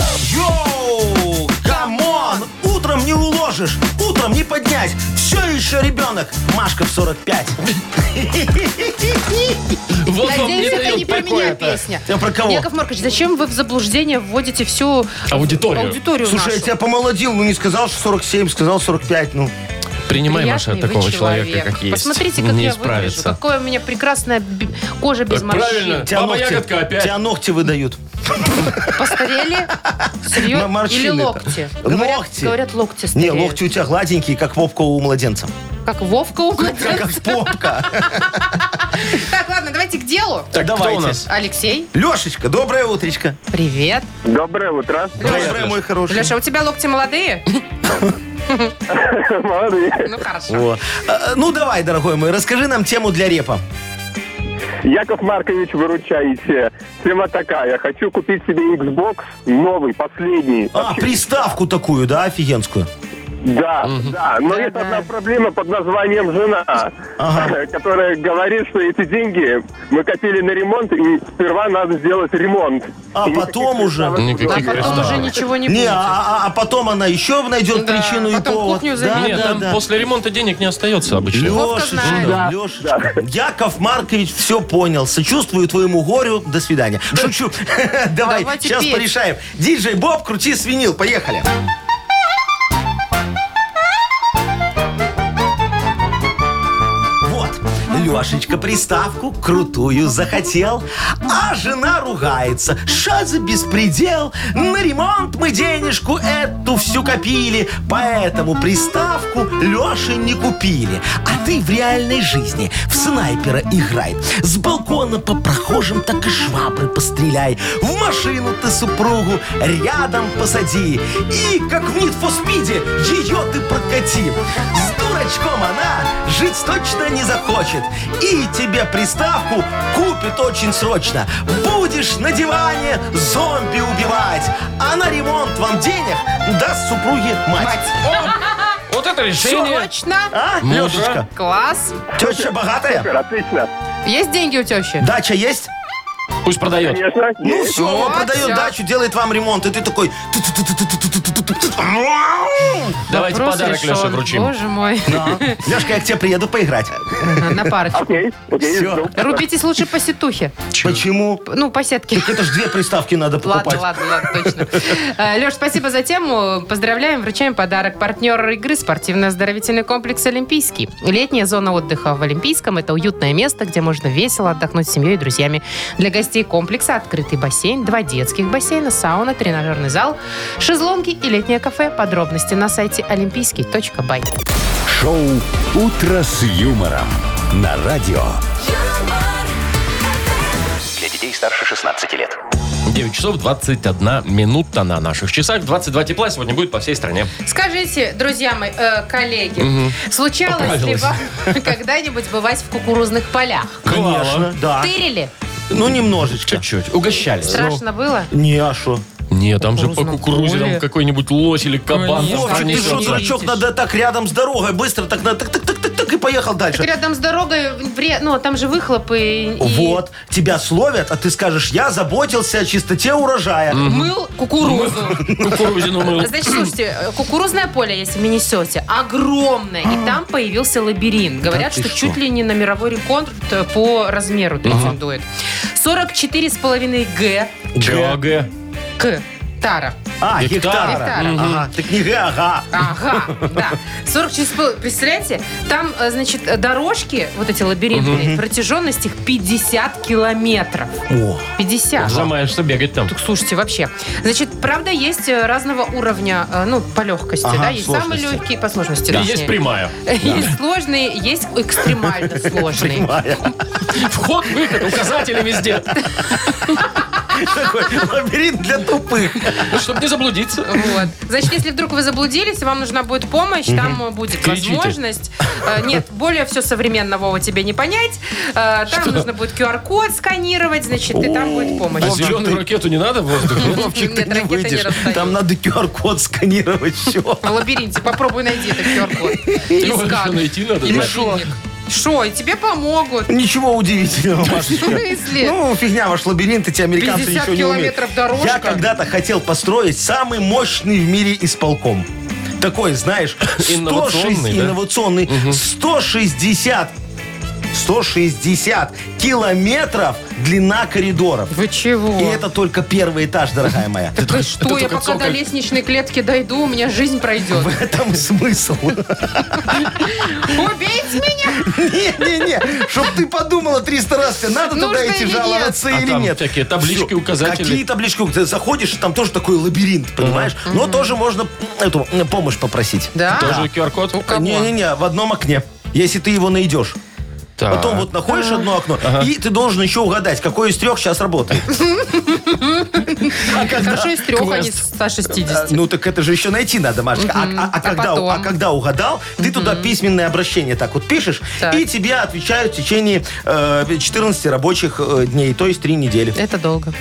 Speaker 4: Йоу! Камон! можешь утром не поднять. Все еще ребенок. Машка в 45.
Speaker 2: Вот вам не
Speaker 3: Надеюсь, это
Speaker 2: дают
Speaker 3: не про меня
Speaker 2: покоя-то.
Speaker 3: песня.
Speaker 4: Я про кого?
Speaker 3: Яков Маркович, зачем вы в заблуждение вводите всю
Speaker 2: Аудиторию.
Speaker 3: аудиторию
Speaker 4: Слушай, я
Speaker 3: нашу?
Speaker 4: тебя помолодил, ну не сказал, что 47, сказал 45, ну.
Speaker 2: Принимай, Маша,
Speaker 3: Приятный вы
Speaker 2: такого человека,
Speaker 3: человек.
Speaker 2: как есть.
Speaker 3: Посмотрите, как
Speaker 2: не
Speaker 3: я выгляжу.
Speaker 2: исправится.
Speaker 3: Какая у меня прекрасная б- кожа без
Speaker 2: Так,
Speaker 3: морщин.
Speaker 2: правильно. Баба Ягодка опять.
Speaker 4: тебя ногти выдают.
Speaker 3: Постарели?
Speaker 4: М-
Speaker 3: Серьезно? Или
Speaker 4: морщины-то.
Speaker 3: локти? Говорят-
Speaker 4: Локти.
Speaker 3: Говорят, локти
Speaker 4: Не,
Speaker 3: стареют.
Speaker 4: локти у тебя гладенькие, как попка у младенца.
Speaker 3: Как Вовка у младенца.
Speaker 4: Как попка.
Speaker 3: Так, ладно, давайте к делу.
Speaker 2: Так, кто
Speaker 4: Давайте.
Speaker 2: у нас?
Speaker 3: Алексей,
Speaker 4: Лешечка, доброе утречко.
Speaker 3: привет.
Speaker 5: Доброе утро.
Speaker 4: Доброе, мой хороший.
Speaker 3: Леша, у тебя локти молодые?
Speaker 5: Молодые.
Speaker 3: Ну, хорошо.
Speaker 4: Во. А, Ну, давай, дорогой мой, расскажи нам тему для репа.
Speaker 5: Яков Маркович, выручайте. Тема такая. Хочу купить себе Xbox новый, последний.
Speaker 4: А, приставку такую, да, офигенскую?
Speaker 5: Да, да. Но есть
Speaker 3: А
Speaker 5: одна проблема под названием «Жена»,
Speaker 4: Ага.
Speaker 5: которая говорит, что эти деньги мы копили на ремонт, и сперва надо сделать ремонт.
Speaker 4: А
Speaker 5: И
Speaker 4: потом
Speaker 5: никаких
Speaker 4: уже?
Speaker 5: приставок
Speaker 2: Никаких
Speaker 5: было.
Speaker 3: А потом
Speaker 2: Прекрасно.
Speaker 3: уже ничего не
Speaker 4: Не,
Speaker 3: будет.
Speaker 4: а, а- а потом она еще найдет
Speaker 3: Да,
Speaker 4: причину и
Speaker 3: потом
Speaker 4: повод.
Speaker 3: кухню
Speaker 4: да,
Speaker 2: Нет,
Speaker 4: да,
Speaker 2: там
Speaker 4: да.
Speaker 2: после ремонта денег не остается обычно.
Speaker 3: Вовка знает.
Speaker 4: Лешечка, Лешечка. Яков Маркович все понял. Сочувствую твоему горю. До свидания. Шучу. Давай,
Speaker 3: Давайте
Speaker 4: сейчас
Speaker 3: петь.
Speaker 4: порешаем. Диджей Боб, крути свинил. Поехали. Вот, Лешечка приставку крутую захотел, а жена ругается. Ша за беспредел? На ремонт мы денежку эту всю копили, поэтому приставку Леши не купили. А ты в реальной жизни в снайпера играй. С балкона по прохожим так и швабры постреляй. В машину ты супругу рядом посади. И как в Need for Speed ее ты прокати. С дурачком она жить точно не захочет. И тебе приставку купит очень срочно. Будешь на диване зомби убивать. А на ремонт вам денег даст супруге мать.
Speaker 2: Вот это решение.
Speaker 3: Срочно?
Speaker 4: А,
Speaker 2: Мудро.
Speaker 4: Лешечка,
Speaker 3: Класс.
Speaker 4: теща богатая?
Speaker 5: Супер, отлично.
Speaker 3: Есть деньги у тещи?
Speaker 4: Дача есть?
Speaker 2: Пусть продает.
Speaker 5: Конечно.
Speaker 4: Ну все, он
Speaker 3: Вот,
Speaker 4: продает
Speaker 3: всё.
Speaker 4: дачу, делает вам ремонт, и ты такой...
Speaker 2: Давайте
Speaker 3: Вопрос
Speaker 2: подарок
Speaker 3: решен.
Speaker 2: Леше вручим.
Speaker 3: Боже мой.
Speaker 4: Лешка, я к тебе приеду поиграть.
Speaker 3: На парочку.
Speaker 5: Окей, окей,
Speaker 4: Всё.
Speaker 5: жду.
Speaker 3: Рубитесь лучше по сетухе.
Speaker 4: Почему?
Speaker 3: Ну, по сетке.
Speaker 4: Это ж две приставки надо покупать.
Speaker 3: Ладно, ладно, ладно, точно. Леш, спасибо за тему. Поздравляем, вручаем подарок. Партнер игры – спортивно-оздоровительный комплекс «Олимпийский». Летняя зона отдыха в Олимпийском – это уютное место, где можно весело отдохнуть с семьей и друзьями. Для гостей комплекса открытый бассейн, два детских бассейна, сауна, тренажерный зал, шезлонги и летнее кафе. Подробности на сайте олимпийский.бай.
Speaker 1: Шоу «Утро с юмором» на радио.
Speaker 7: Для детей старше 16 лет.
Speaker 2: 9 часов 21 минута на наших часах. 22 тепла сегодня будет по всей стране.
Speaker 3: Скажите, друзья мои, э, коллеги, случалось ли
Speaker 2: Поправилась.
Speaker 3: вам когда-нибудь бывать в кукурузных полях?
Speaker 4: Конечно, да.
Speaker 3: Тырили?
Speaker 4: Ну, немножечко.
Speaker 2: Чуть-чуть. Угощались.
Speaker 3: Страшно было?
Speaker 4: Не, а шо?
Speaker 2: Ну, Не, там же по
Speaker 3: Кукурузном
Speaker 2: кукурузе
Speaker 3: поле.
Speaker 2: там какой-нибудь лось или кабан.
Speaker 3: Конечно.
Speaker 2: там
Speaker 4: Вовчик, ты
Speaker 3: несёт.
Speaker 4: что,
Speaker 2: пронесется.
Speaker 4: дурачок, надо так рядом с дорогой, быстро так, надо, так, так, так, так, так, и поехал
Speaker 3: Так
Speaker 4: дальше.
Speaker 3: рядом с дорогой, вре- ну, там же выхлопы. и-
Speaker 4: Вот, тебя словят, а ты скажешь, я заботился о чистоте урожая.
Speaker 3: и Мыл кукурузу.
Speaker 2: Кукурузину мыл.
Speaker 3: Значит, слушайте, э, кукурузное поле есть в Миннесоте, огромное, и там появился лабиринт. Говорят,
Speaker 4: ты
Speaker 3: что
Speaker 4: что?
Speaker 3: чуть ли не на мировой рекорд э, по размеру претендует. 44,5 г
Speaker 2: Чага.
Speaker 3: к тара.
Speaker 4: А,
Speaker 2: Гектара.
Speaker 4: гектара.
Speaker 3: Гектара.
Speaker 4: Ага, ты книга, ага.
Speaker 3: Ага, да. 44,5, представляете, там, э, значит, э, дорожки, вот эти лабиринтные, протяженность их 50 километров.
Speaker 4: О,
Speaker 3: 50.
Speaker 2: Замаешься бегать там.
Speaker 3: Так, слушайте, вообще. Значит, правда, есть э, разного уровня, э, ну, по легкости,
Speaker 4: Ага,
Speaker 3: да, есть самые
Speaker 4: сложности.
Speaker 3: легкие по сложности.
Speaker 2: И
Speaker 3: точнее.
Speaker 2: есть прямая.
Speaker 3: Есть сложные, есть экстремально сложные.
Speaker 4: прямая.
Speaker 2: Вход, выход, указатели везде.
Speaker 4: Такой лабиринт для тупых.
Speaker 2: Ну, чтобы не заблудиться.
Speaker 3: Вот. Значит, если вдруг вы заблудились, и вам нужна будет помощь, там э, будет
Speaker 2: Кричите.
Speaker 3: возможность. Э, Нет, более все современного Вова, тебе не понять. Э, Там нужно будет QR-код сканировать, значит, и там будет помощь.
Speaker 2: А зеленую ракету не надо в Ну, воздухе?
Speaker 4: Вовчик, ты
Speaker 3: Нет,
Speaker 4: не
Speaker 3: ракета не
Speaker 4: выйдешь.
Speaker 3: расстается.
Speaker 4: Там надо QR-код сканировать, все.
Speaker 3: В лабиринте попробуй найди этот QR-код.
Speaker 2: Его еще найти надо.
Speaker 3: И
Speaker 2: да?
Speaker 3: мобильник. Шо, и тебе помогут.
Speaker 4: Ничего удивительного,
Speaker 3: В
Speaker 4: Машечка.
Speaker 3: смысле?
Speaker 4: Ну, фигня, ваш лабиринт, эти американцы
Speaker 3: 50
Speaker 4: еще не умеют.
Speaker 3: километров дорожка.
Speaker 4: Я когда-то хотел построить самый мощный в мире исполком. такой, знаешь, 160
Speaker 2: Инновационный, да?
Speaker 4: инновационный, 160 160 километров длина коридоров.
Speaker 3: Вы чего?
Speaker 4: И это только первый этаж, дорогая моя.
Speaker 3: Так вы что, я
Speaker 2: только
Speaker 3: пока до
Speaker 2: цоколь.
Speaker 3: лестничной клетки дойду, у меня жизнь пройдет.
Speaker 4: В этом смысл.
Speaker 3: Убейте меня!
Speaker 4: Не-не-не, чтоб ты подумала 300 раз, тебе надо
Speaker 3: Нужно
Speaker 4: туда идти
Speaker 3: или нет?
Speaker 4: жаловаться
Speaker 2: А
Speaker 4: или
Speaker 2: там
Speaker 4: нет.
Speaker 2: всякие таблички,
Speaker 4: Всё.
Speaker 2: указатели.
Speaker 4: Какие таблички? Ты заходишь, там тоже такой лабиринт, понимаешь? Но тоже можно м, эту м, помощь попросить.
Speaker 3: Да?
Speaker 2: Тоже QR-код?
Speaker 4: Не-не-не, в одном окне. Если ты его найдешь.
Speaker 2: Так.
Speaker 4: Потом вот находишь одно окно, и ты должен еще угадать, какое из трех сейчас работает.
Speaker 3: Хорошо, из трех, а не
Speaker 2: Квест.
Speaker 3: с 160.
Speaker 4: Ну так это же еще найти надо, Машечка. А- А а когда
Speaker 3: потом?
Speaker 4: а когда угадал, ты туда письменное обращение так вот пишешь,
Speaker 3: Так.
Speaker 4: и тебе отвечают в течение э, 14 рабочих э, дней, то есть 3 недели.
Speaker 3: Это долго.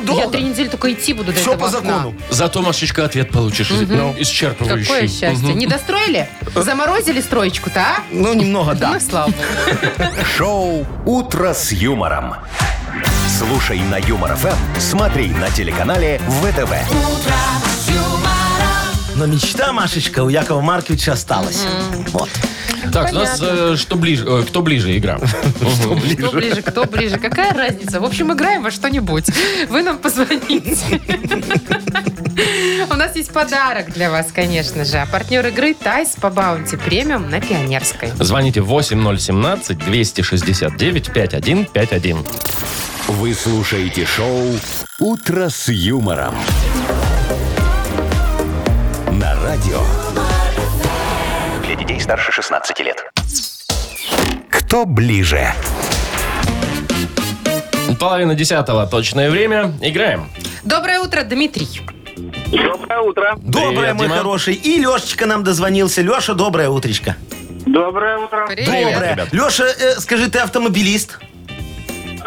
Speaker 3: Я три
Speaker 4: долго?
Speaker 3: недели только идти буду до
Speaker 4: Все
Speaker 3: этого
Speaker 4: по
Speaker 3: окна.
Speaker 4: закону.
Speaker 2: Зато, Машечка, ответ получишь ну, исчерпывающий.
Speaker 3: Какое счастье. Не достроили? Заморозили строечку-то, а?
Speaker 4: Ну, немного, да.
Speaker 3: Ну, слава богу.
Speaker 1: Шоу «Утро с юмором». Слушай на Юмор ФМ, смотри на телеканале ВТВ.
Speaker 4: Но мечта, Машечка, у Якова Марковича осталась. Вот.
Speaker 2: Так, у нас э, что ближе, э, кто ближе игра?
Speaker 3: Кто ближе, кто ближе. Какая разница? В общем, играем во что-нибудь. Вы нам позвоните. У нас есть подарок для вас, конечно же. А Партнер игры Тайс по баунти премиум на Пионерской.
Speaker 2: Звоните 8017-269-5151.
Speaker 1: Вы слушаете шоу «Утро с юмором». На радио
Speaker 7: Для детей старше 16 лет.
Speaker 1: «Кто ближе?»
Speaker 2: Половина десятого точное время. Играем.
Speaker 3: Доброе утро, Дмитрий.
Speaker 5: Доброе утро.
Speaker 4: Доброе, мой
Speaker 2: Дима.
Speaker 4: хороший. И Лешечка нам дозвонился. Леша, доброе утречко.
Speaker 5: Доброе утро.
Speaker 3: Привет.
Speaker 4: Доброе. Леша, э, скажи, ты автомобилист?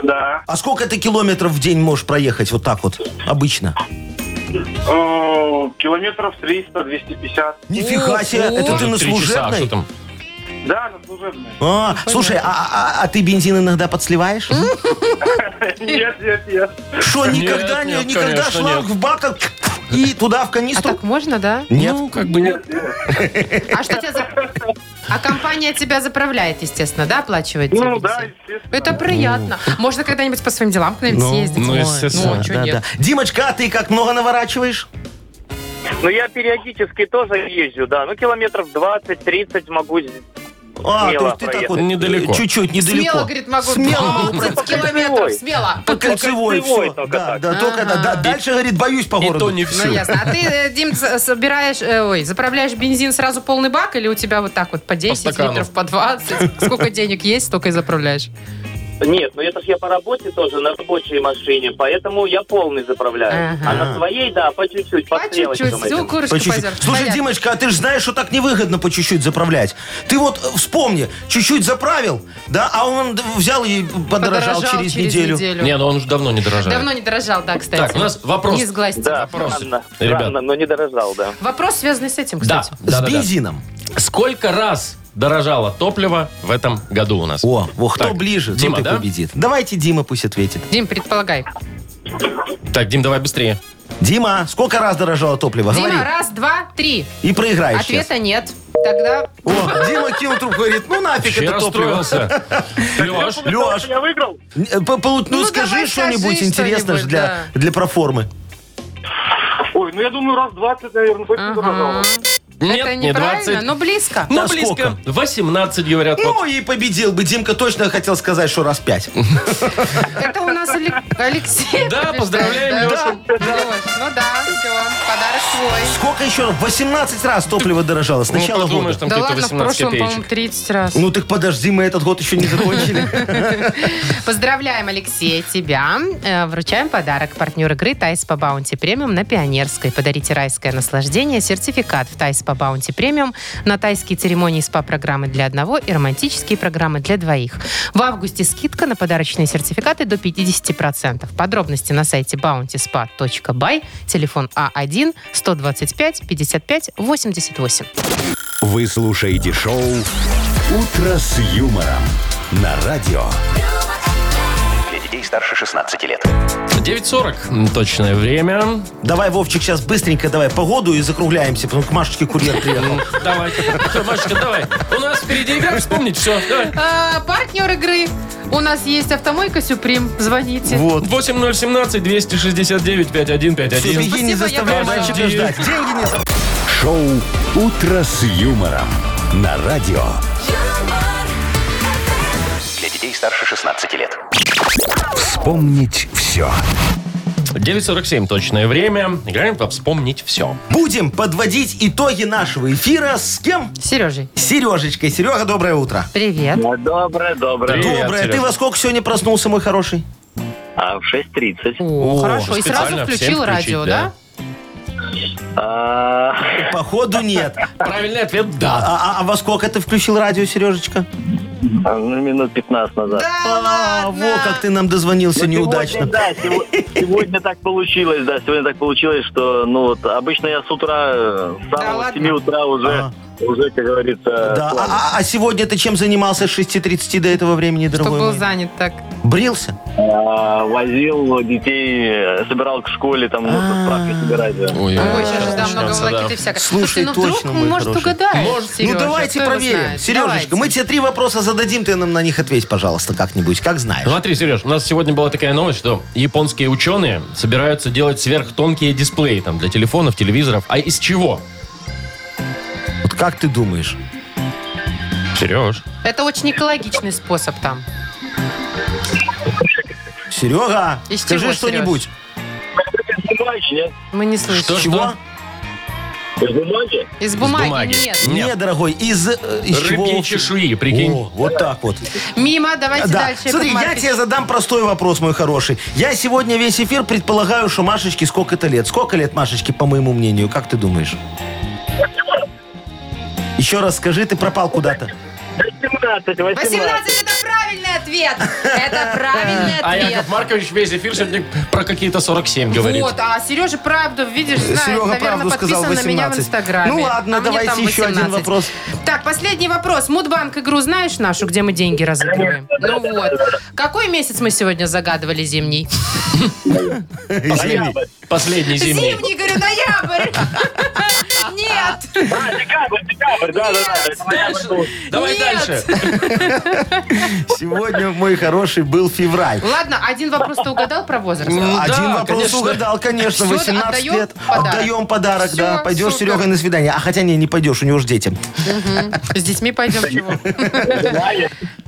Speaker 5: Да.
Speaker 4: А сколько ты километров в день можешь проехать вот так вот обычно?
Speaker 5: О, Километров 300-250.
Speaker 4: Нифига
Speaker 3: Ого.
Speaker 4: себе, это ты
Speaker 2: Тоже
Speaker 4: на
Speaker 2: три часа, что
Speaker 4: служебной?
Speaker 2: там?
Speaker 5: Да, на служебной.
Speaker 4: А, слушай, а, а- а ты бензин иногда подсливаешь?
Speaker 5: Нет, нет, нет.
Speaker 4: Что, никогда, не-
Speaker 2: нет,
Speaker 4: никогда
Speaker 2: конечно,
Speaker 4: шланг
Speaker 2: нет.
Speaker 4: в баках и туда в
Speaker 3: А
Speaker 4: канистру?
Speaker 3: так можно, да?
Speaker 4: Нет.
Speaker 2: Ну, как бы нет.
Speaker 3: А что тебя за- А компания тебя заправляет, естественно, да, оплачивает? тебе
Speaker 5: Ну да,
Speaker 3: бензин?
Speaker 5: естественно.
Speaker 3: Это приятно. Можно когда-нибудь по своим делам к нам
Speaker 4: Ну,
Speaker 3: съездить.
Speaker 2: ну,
Speaker 3: Ой,
Speaker 2: естественно.
Speaker 3: ну, чё
Speaker 4: Да,
Speaker 3: нет.
Speaker 4: да. Димочка, а ты как много наворачиваешь?
Speaker 5: Ну, я периодически тоже езжу, да. Ну, километров 20-30 могу.
Speaker 4: А,
Speaker 5: Смело
Speaker 4: то есть ты так
Speaker 5: проехать.
Speaker 4: вот
Speaker 2: Недалеко.
Speaker 4: чуть-чуть недалеко.
Speaker 3: Смело, говорит, могу.
Speaker 4: Смело Ну, могу
Speaker 3: 20
Speaker 4: проехать.
Speaker 3: километров, смело.
Speaker 4: По кольцевой,
Speaker 5: кольцевой
Speaker 4: всё.
Speaker 5: только
Speaker 4: Да,
Speaker 5: так.
Speaker 4: да, только да, да. Дальше, говорит, боюсь по
Speaker 2: И
Speaker 4: городу.
Speaker 2: то не
Speaker 3: Ну,
Speaker 2: все.
Speaker 3: ясно. А ты, э, Дим, с- собираешь, э, ой, заправляешь бензин сразу полный бак или у тебя вот так вот по 10
Speaker 2: стакану.
Speaker 3: литров, по 20? Сколько денег есть, столько и заправляешь.
Speaker 5: Нет, ну это ж я по работе тоже, на рабочей машине, поэтому я полный заправляю.
Speaker 3: Ага.
Speaker 5: А на своей, да, по чуть-чуть, по
Speaker 3: По чуть-чуть,
Speaker 5: стрелочкам
Speaker 3: всю
Speaker 5: этим.
Speaker 3: курочку
Speaker 4: По чуть-чуть.
Speaker 3: позер.
Speaker 4: Слушай,
Speaker 3: Понятно.
Speaker 4: Димочка, а ты же знаешь, что так невыгодно по чуть-чуть заправлять. Ты вот э, вспомни, чуть-чуть заправил, да, а он д- взял и подорожал, через, неделю.
Speaker 2: Не, ну он уже давно не дорожает.
Speaker 3: Давно не дорожал, да, кстати.
Speaker 2: Так, у нас вопрос.
Speaker 3: Не сглазьте.
Speaker 5: Да,
Speaker 2: Вопросы.
Speaker 5: странно,
Speaker 2: Ребят.
Speaker 5: странно, но не дорожал, да.
Speaker 3: Вопрос, связанный с этим,
Speaker 2: Да,
Speaker 3: кстати.
Speaker 2: да,
Speaker 4: С
Speaker 2: да, да.
Speaker 4: бензином.
Speaker 2: Сколько раз дорожало топливо в этом году у нас?
Speaker 4: О, во, кто
Speaker 2: Так,
Speaker 4: ближе,
Speaker 2: Дима,
Speaker 4: тот и
Speaker 2: да?
Speaker 4: победит. Давайте Дима пусть ответит.
Speaker 3: Дим, предполагай.
Speaker 2: Так, Дим, давай быстрее.
Speaker 4: Дима, сколько раз дорожало топливо? Говори.
Speaker 3: Дима, раз, два, три.
Speaker 4: И проиграешь сейчас.
Speaker 3: Ответа нет. Тогда
Speaker 4: О, Дима кинул трубку, говорит, ну нафиг
Speaker 2: Вообще
Speaker 4: это топливо.
Speaker 2: расстроился. Леш,
Speaker 4: Леш,
Speaker 5: Я выиграл?
Speaker 4: ну,
Speaker 3: Ну,
Speaker 4: скажи
Speaker 3: давай
Speaker 4: что-нибудь
Speaker 3: скажи
Speaker 4: интересное ж
Speaker 3: что-нибудь,
Speaker 4: для, для проформы.
Speaker 5: Ой, ну я думаю, раз 20, наверное, точно дорожал.
Speaker 3: это
Speaker 2: нет, не
Speaker 3: неправильно,
Speaker 2: 20.
Speaker 3: но близко.
Speaker 2: Ну,
Speaker 4: Да
Speaker 2: близко. 18, говорят. вот.
Speaker 4: Ну и победил бы. Димка точно хотел сказать, что раз пять.
Speaker 3: Это у нас Алек- Алексей.
Speaker 2: Да,
Speaker 3: побеждает,
Speaker 2: поздравляем,
Speaker 3: да?
Speaker 2: Лешу.
Speaker 3: Лёш, ну да, все, подарок свой.
Speaker 4: Сколько еще раз? 18 раз топливо дорожало с
Speaker 2: Ну,
Speaker 4: начала
Speaker 2: подумаешь,
Speaker 4: года.
Speaker 2: там
Speaker 3: Да
Speaker 2: какие-то
Speaker 3: ладно, в
Speaker 2: 18
Speaker 3: прошлом, по-моему,
Speaker 2: копеечек.
Speaker 3: 30 раз.
Speaker 4: Ну так подожди, мы этот год еще не закончили.
Speaker 3: Поздравляем, Алексей, тебя. Э, Вручаем подарок. Партнер игры Тайс по Баунти Премиум на Пионерской. Подарите райское наслаждение, сертификат в Тайс по Баунти Премиум на тайские церемонии СПА-программы для одного и романтические программы для двоих. В августе скидка на подарочные сертификаты до 50%. Подробности на сайте bountyspa.by, телефон А А1 125 55 88.
Speaker 1: Вы слушаете шоу «Утро с юмором» на радио.
Speaker 7: Для детей старше 16 лет.
Speaker 2: 9.40 точное время.
Speaker 4: Давай, Вовчик, сейчас быстренько давай погоду и закругляемся, потом к Машечке курьер приехал.
Speaker 2: Ну, Давай. Всё, Машечка, давай. У нас впереди игра, вспомнить все. Давай.
Speaker 3: А, партнер игры. У нас есть автомойка Сюприм. Звоните.
Speaker 4: Вот.
Speaker 2: 8017 269
Speaker 4: Все,
Speaker 2: 5151
Speaker 4: беги, не
Speaker 3: Спасибо,
Speaker 4: заставляй
Speaker 3: я пошла.
Speaker 4: мальчика ждать. Деньги не за...
Speaker 1: Шоу «Утро с юмором» на радио.
Speaker 8: юмор,
Speaker 7: Для детей старше 16 лет.
Speaker 1: Вспомнить все.
Speaker 2: 9.47 точное время. Играем во «Вспомнить все».
Speaker 4: Будем подводить итоги нашего эфира с кем?
Speaker 3: Сережей,
Speaker 4: С Сережечкой. Серега, доброе утро.
Speaker 3: привет.
Speaker 10: Доброе, доброе.
Speaker 2: Привет,
Speaker 4: доброе. Ты
Speaker 2: Серёж.
Speaker 4: во сколько сегодня проснулся, мой хороший?
Speaker 10: А в 6.30.
Speaker 3: О,
Speaker 4: О,
Speaker 3: хорошо. И сразу
Speaker 2: специально всем
Speaker 3: включил
Speaker 2: включить,
Speaker 3: радио, да?
Speaker 10: А,
Speaker 4: Походу нет.
Speaker 2: Правильный ответ – да.
Speaker 4: А, а- а во сколько ты включил радио, Сережечка?
Speaker 10: ну, минут 15 назад.
Speaker 4: А, во, как ты нам дозвонился
Speaker 10: Ну,
Speaker 4: неудачно.
Speaker 10: Сегодня, да, сего- сегодня, так получилось, да, сегодня так получилось, что, ну, вот, обычно я с утра, э, с
Speaker 3: Да
Speaker 10: самого
Speaker 3: ладно?
Speaker 10: 7 утра уже,
Speaker 4: Ага.
Speaker 10: уже, как говорится,
Speaker 4: А. Да,
Speaker 10: слава.
Speaker 4: а, а- а сегодня ты чем занимался с 6.30 до этого времени,
Speaker 3: Чтобы
Speaker 4: дорогой
Speaker 3: был
Speaker 4: мой?
Speaker 3: занят так.
Speaker 4: Брился?
Speaker 10: А, возил детей, э, собирал к школе, там, ну,
Speaker 3: А,
Speaker 10: со справки собирать. да.
Speaker 2: Ой,
Speaker 3: Ой, сейчас же, да,
Speaker 2: начнется,
Speaker 3: много
Speaker 2: да.
Speaker 3: волокиты всякое.
Speaker 4: Слушай,
Speaker 3: ну вдруг,
Speaker 4: точно, мой
Speaker 3: может,
Speaker 4: хороший.
Speaker 3: угадаешь, Сережа,
Speaker 4: ну давайте
Speaker 3: кто его
Speaker 4: проверим.
Speaker 3: знает?
Speaker 4: Сережечка,
Speaker 3: Давайте.
Speaker 4: мы тебе три вопроса зададим, ты нам на них ответь, пожалуйста, как-нибудь, как знаешь.
Speaker 2: Смотри, Сереж, у нас сегодня была такая новость, что японские ученые собираются делать сверхтонкие дисплеи там для телефонов, телевизоров. А из чего?
Speaker 4: Вот как ты думаешь?
Speaker 2: Сереж.
Speaker 3: Это очень экологичный способ там.
Speaker 4: Серега,
Speaker 3: Из
Speaker 4: скажи
Speaker 3: чего,
Speaker 4: что-нибудь.
Speaker 10: Из бумаги, нет?
Speaker 3: Мы не слышим.
Speaker 2: Что,
Speaker 4: Чего?
Speaker 2: что?
Speaker 10: Из бумаги?
Speaker 3: Из бумаги?
Speaker 2: бумаги.
Speaker 3: Нет.
Speaker 2: Нет.
Speaker 4: Нет, дорогой, из, э, из чего?
Speaker 2: Рыбьи
Speaker 4: лучше?
Speaker 2: чешуи, прикинь.
Speaker 4: О, вот так вот.
Speaker 3: Мимо, давайте
Speaker 4: Да.
Speaker 3: дальше. Яков
Speaker 4: Смотри, я
Speaker 3: Маркович.
Speaker 4: тебе задам простой вопрос, мой хороший. Я сегодня весь эфир предполагаю, что Машечке сколько-то лет. Сколько лет Машечке, по моему мнению, как ты думаешь? Еще раз скажи, ты пропал куда-то.
Speaker 10: 17, 18.
Speaker 3: 18 это правильный ответ. Это правильный
Speaker 2: А Яков
Speaker 3: ответ.
Speaker 2: Маркович весь эфир сегодня про какие-то 47 говорит.
Speaker 3: Вот, а Сережа правду, видишь, знает,
Speaker 4: Серега
Speaker 3: наверное,
Speaker 4: правду
Speaker 3: подписан
Speaker 4: сказал,
Speaker 3: на меня в
Speaker 4: 18.
Speaker 3: Инстаграме.
Speaker 4: Ну ладно,
Speaker 3: А мне
Speaker 4: давайте
Speaker 3: там
Speaker 4: еще один
Speaker 3: 18.
Speaker 4: вопрос.
Speaker 3: Так, последний вопрос. Мудбанк игру знаешь нашу, где мы деньги разыгрываем? Ну вот. Какой месяц мы сегодня загадывали зимний?
Speaker 2: Последний, последний зимний.
Speaker 3: Зимний, говорю, ноябрь. Нет.
Speaker 10: А, декабрь, декабрь, да, да, да. это моя машина.
Speaker 2: Давай
Speaker 3: Нет.
Speaker 2: дальше.
Speaker 4: Сегодня, мой хороший, был февраль.
Speaker 3: Ладно, один вопрос ты угадал про возраст?
Speaker 2: Ну,
Speaker 4: Один
Speaker 2: да,
Speaker 4: вопрос
Speaker 2: конечно.
Speaker 4: угадал, конечно,
Speaker 3: Всё,
Speaker 4: 18
Speaker 3: отдаём
Speaker 4: лет.
Speaker 3: подарок.
Speaker 4: Отдаем подарок,
Speaker 3: Всё,
Speaker 4: да. Пойдешь,
Speaker 3: супер.
Speaker 4: Серега, на свидание. А хотя не, не пойдешь, у него же дети.
Speaker 3: С детьми пойдем чего?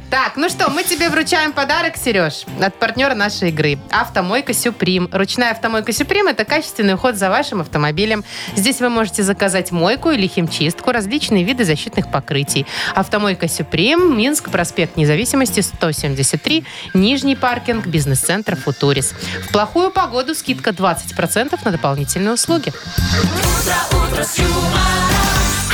Speaker 3: Так, ну что, мы тебе вручаем подарок, Сереж, от партнера нашей игры. Автомойка Сюприм. Ручная автомойка Сюприм – это качественный уход за вашим автомобилем. Здесь вы можете заказать мойку или химчистку, различные виды защитных покрытий. Автомойка Сюприм, Минск, проспект Независимости, 173, Нижний паркинг, бизнес-центр «Футурис». В плохую погоду скидка 20% на дополнительные услуги.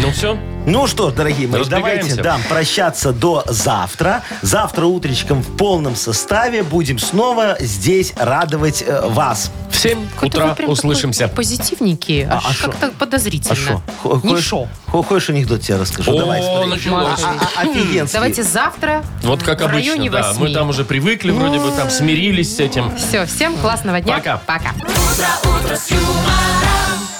Speaker 2: Ну все,
Speaker 4: Ну что, ж, дорогие мои,
Speaker 2: Разбегаемся.
Speaker 4: давайте дам прощаться до завтра. Завтра утречком в полном составе будем снова здесь радовать э, вас.
Speaker 2: в 7
Speaker 3: Какой-то вы
Speaker 2: утра
Speaker 3: прям
Speaker 2: услышимся.
Speaker 3: такой Позитивники. Аж
Speaker 4: а шо?
Speaker 3: как-то подозрительно.
Speaker 4: А шо? Хо-
Speaker 3: Не
Speaker 4: хочешь-
Speaker 3: шо.
Speaker 4: хо- Хочешь анекдот тебе расскажу? Давай,
Speaker 2: О,
Speaker 4: смотри.
Speaker 2: началось.
Speaker 4: А- а- офигенский.
Speaker 3: Давайте завтра
Speaker 2: Вот как
Speaker 3: в
Speaker 2: обычно,
Speaker 3: районе
Speaker 2: да.
Speaker 3: 8.
Speaker 2: Мы там уже привыкли, вроде бы там смирились с этим.
Speaker 3: Все, всем классного дня.
Speaker 2: Пока.
Speaker 3: Пока.
Speaker 8: утро с юмором.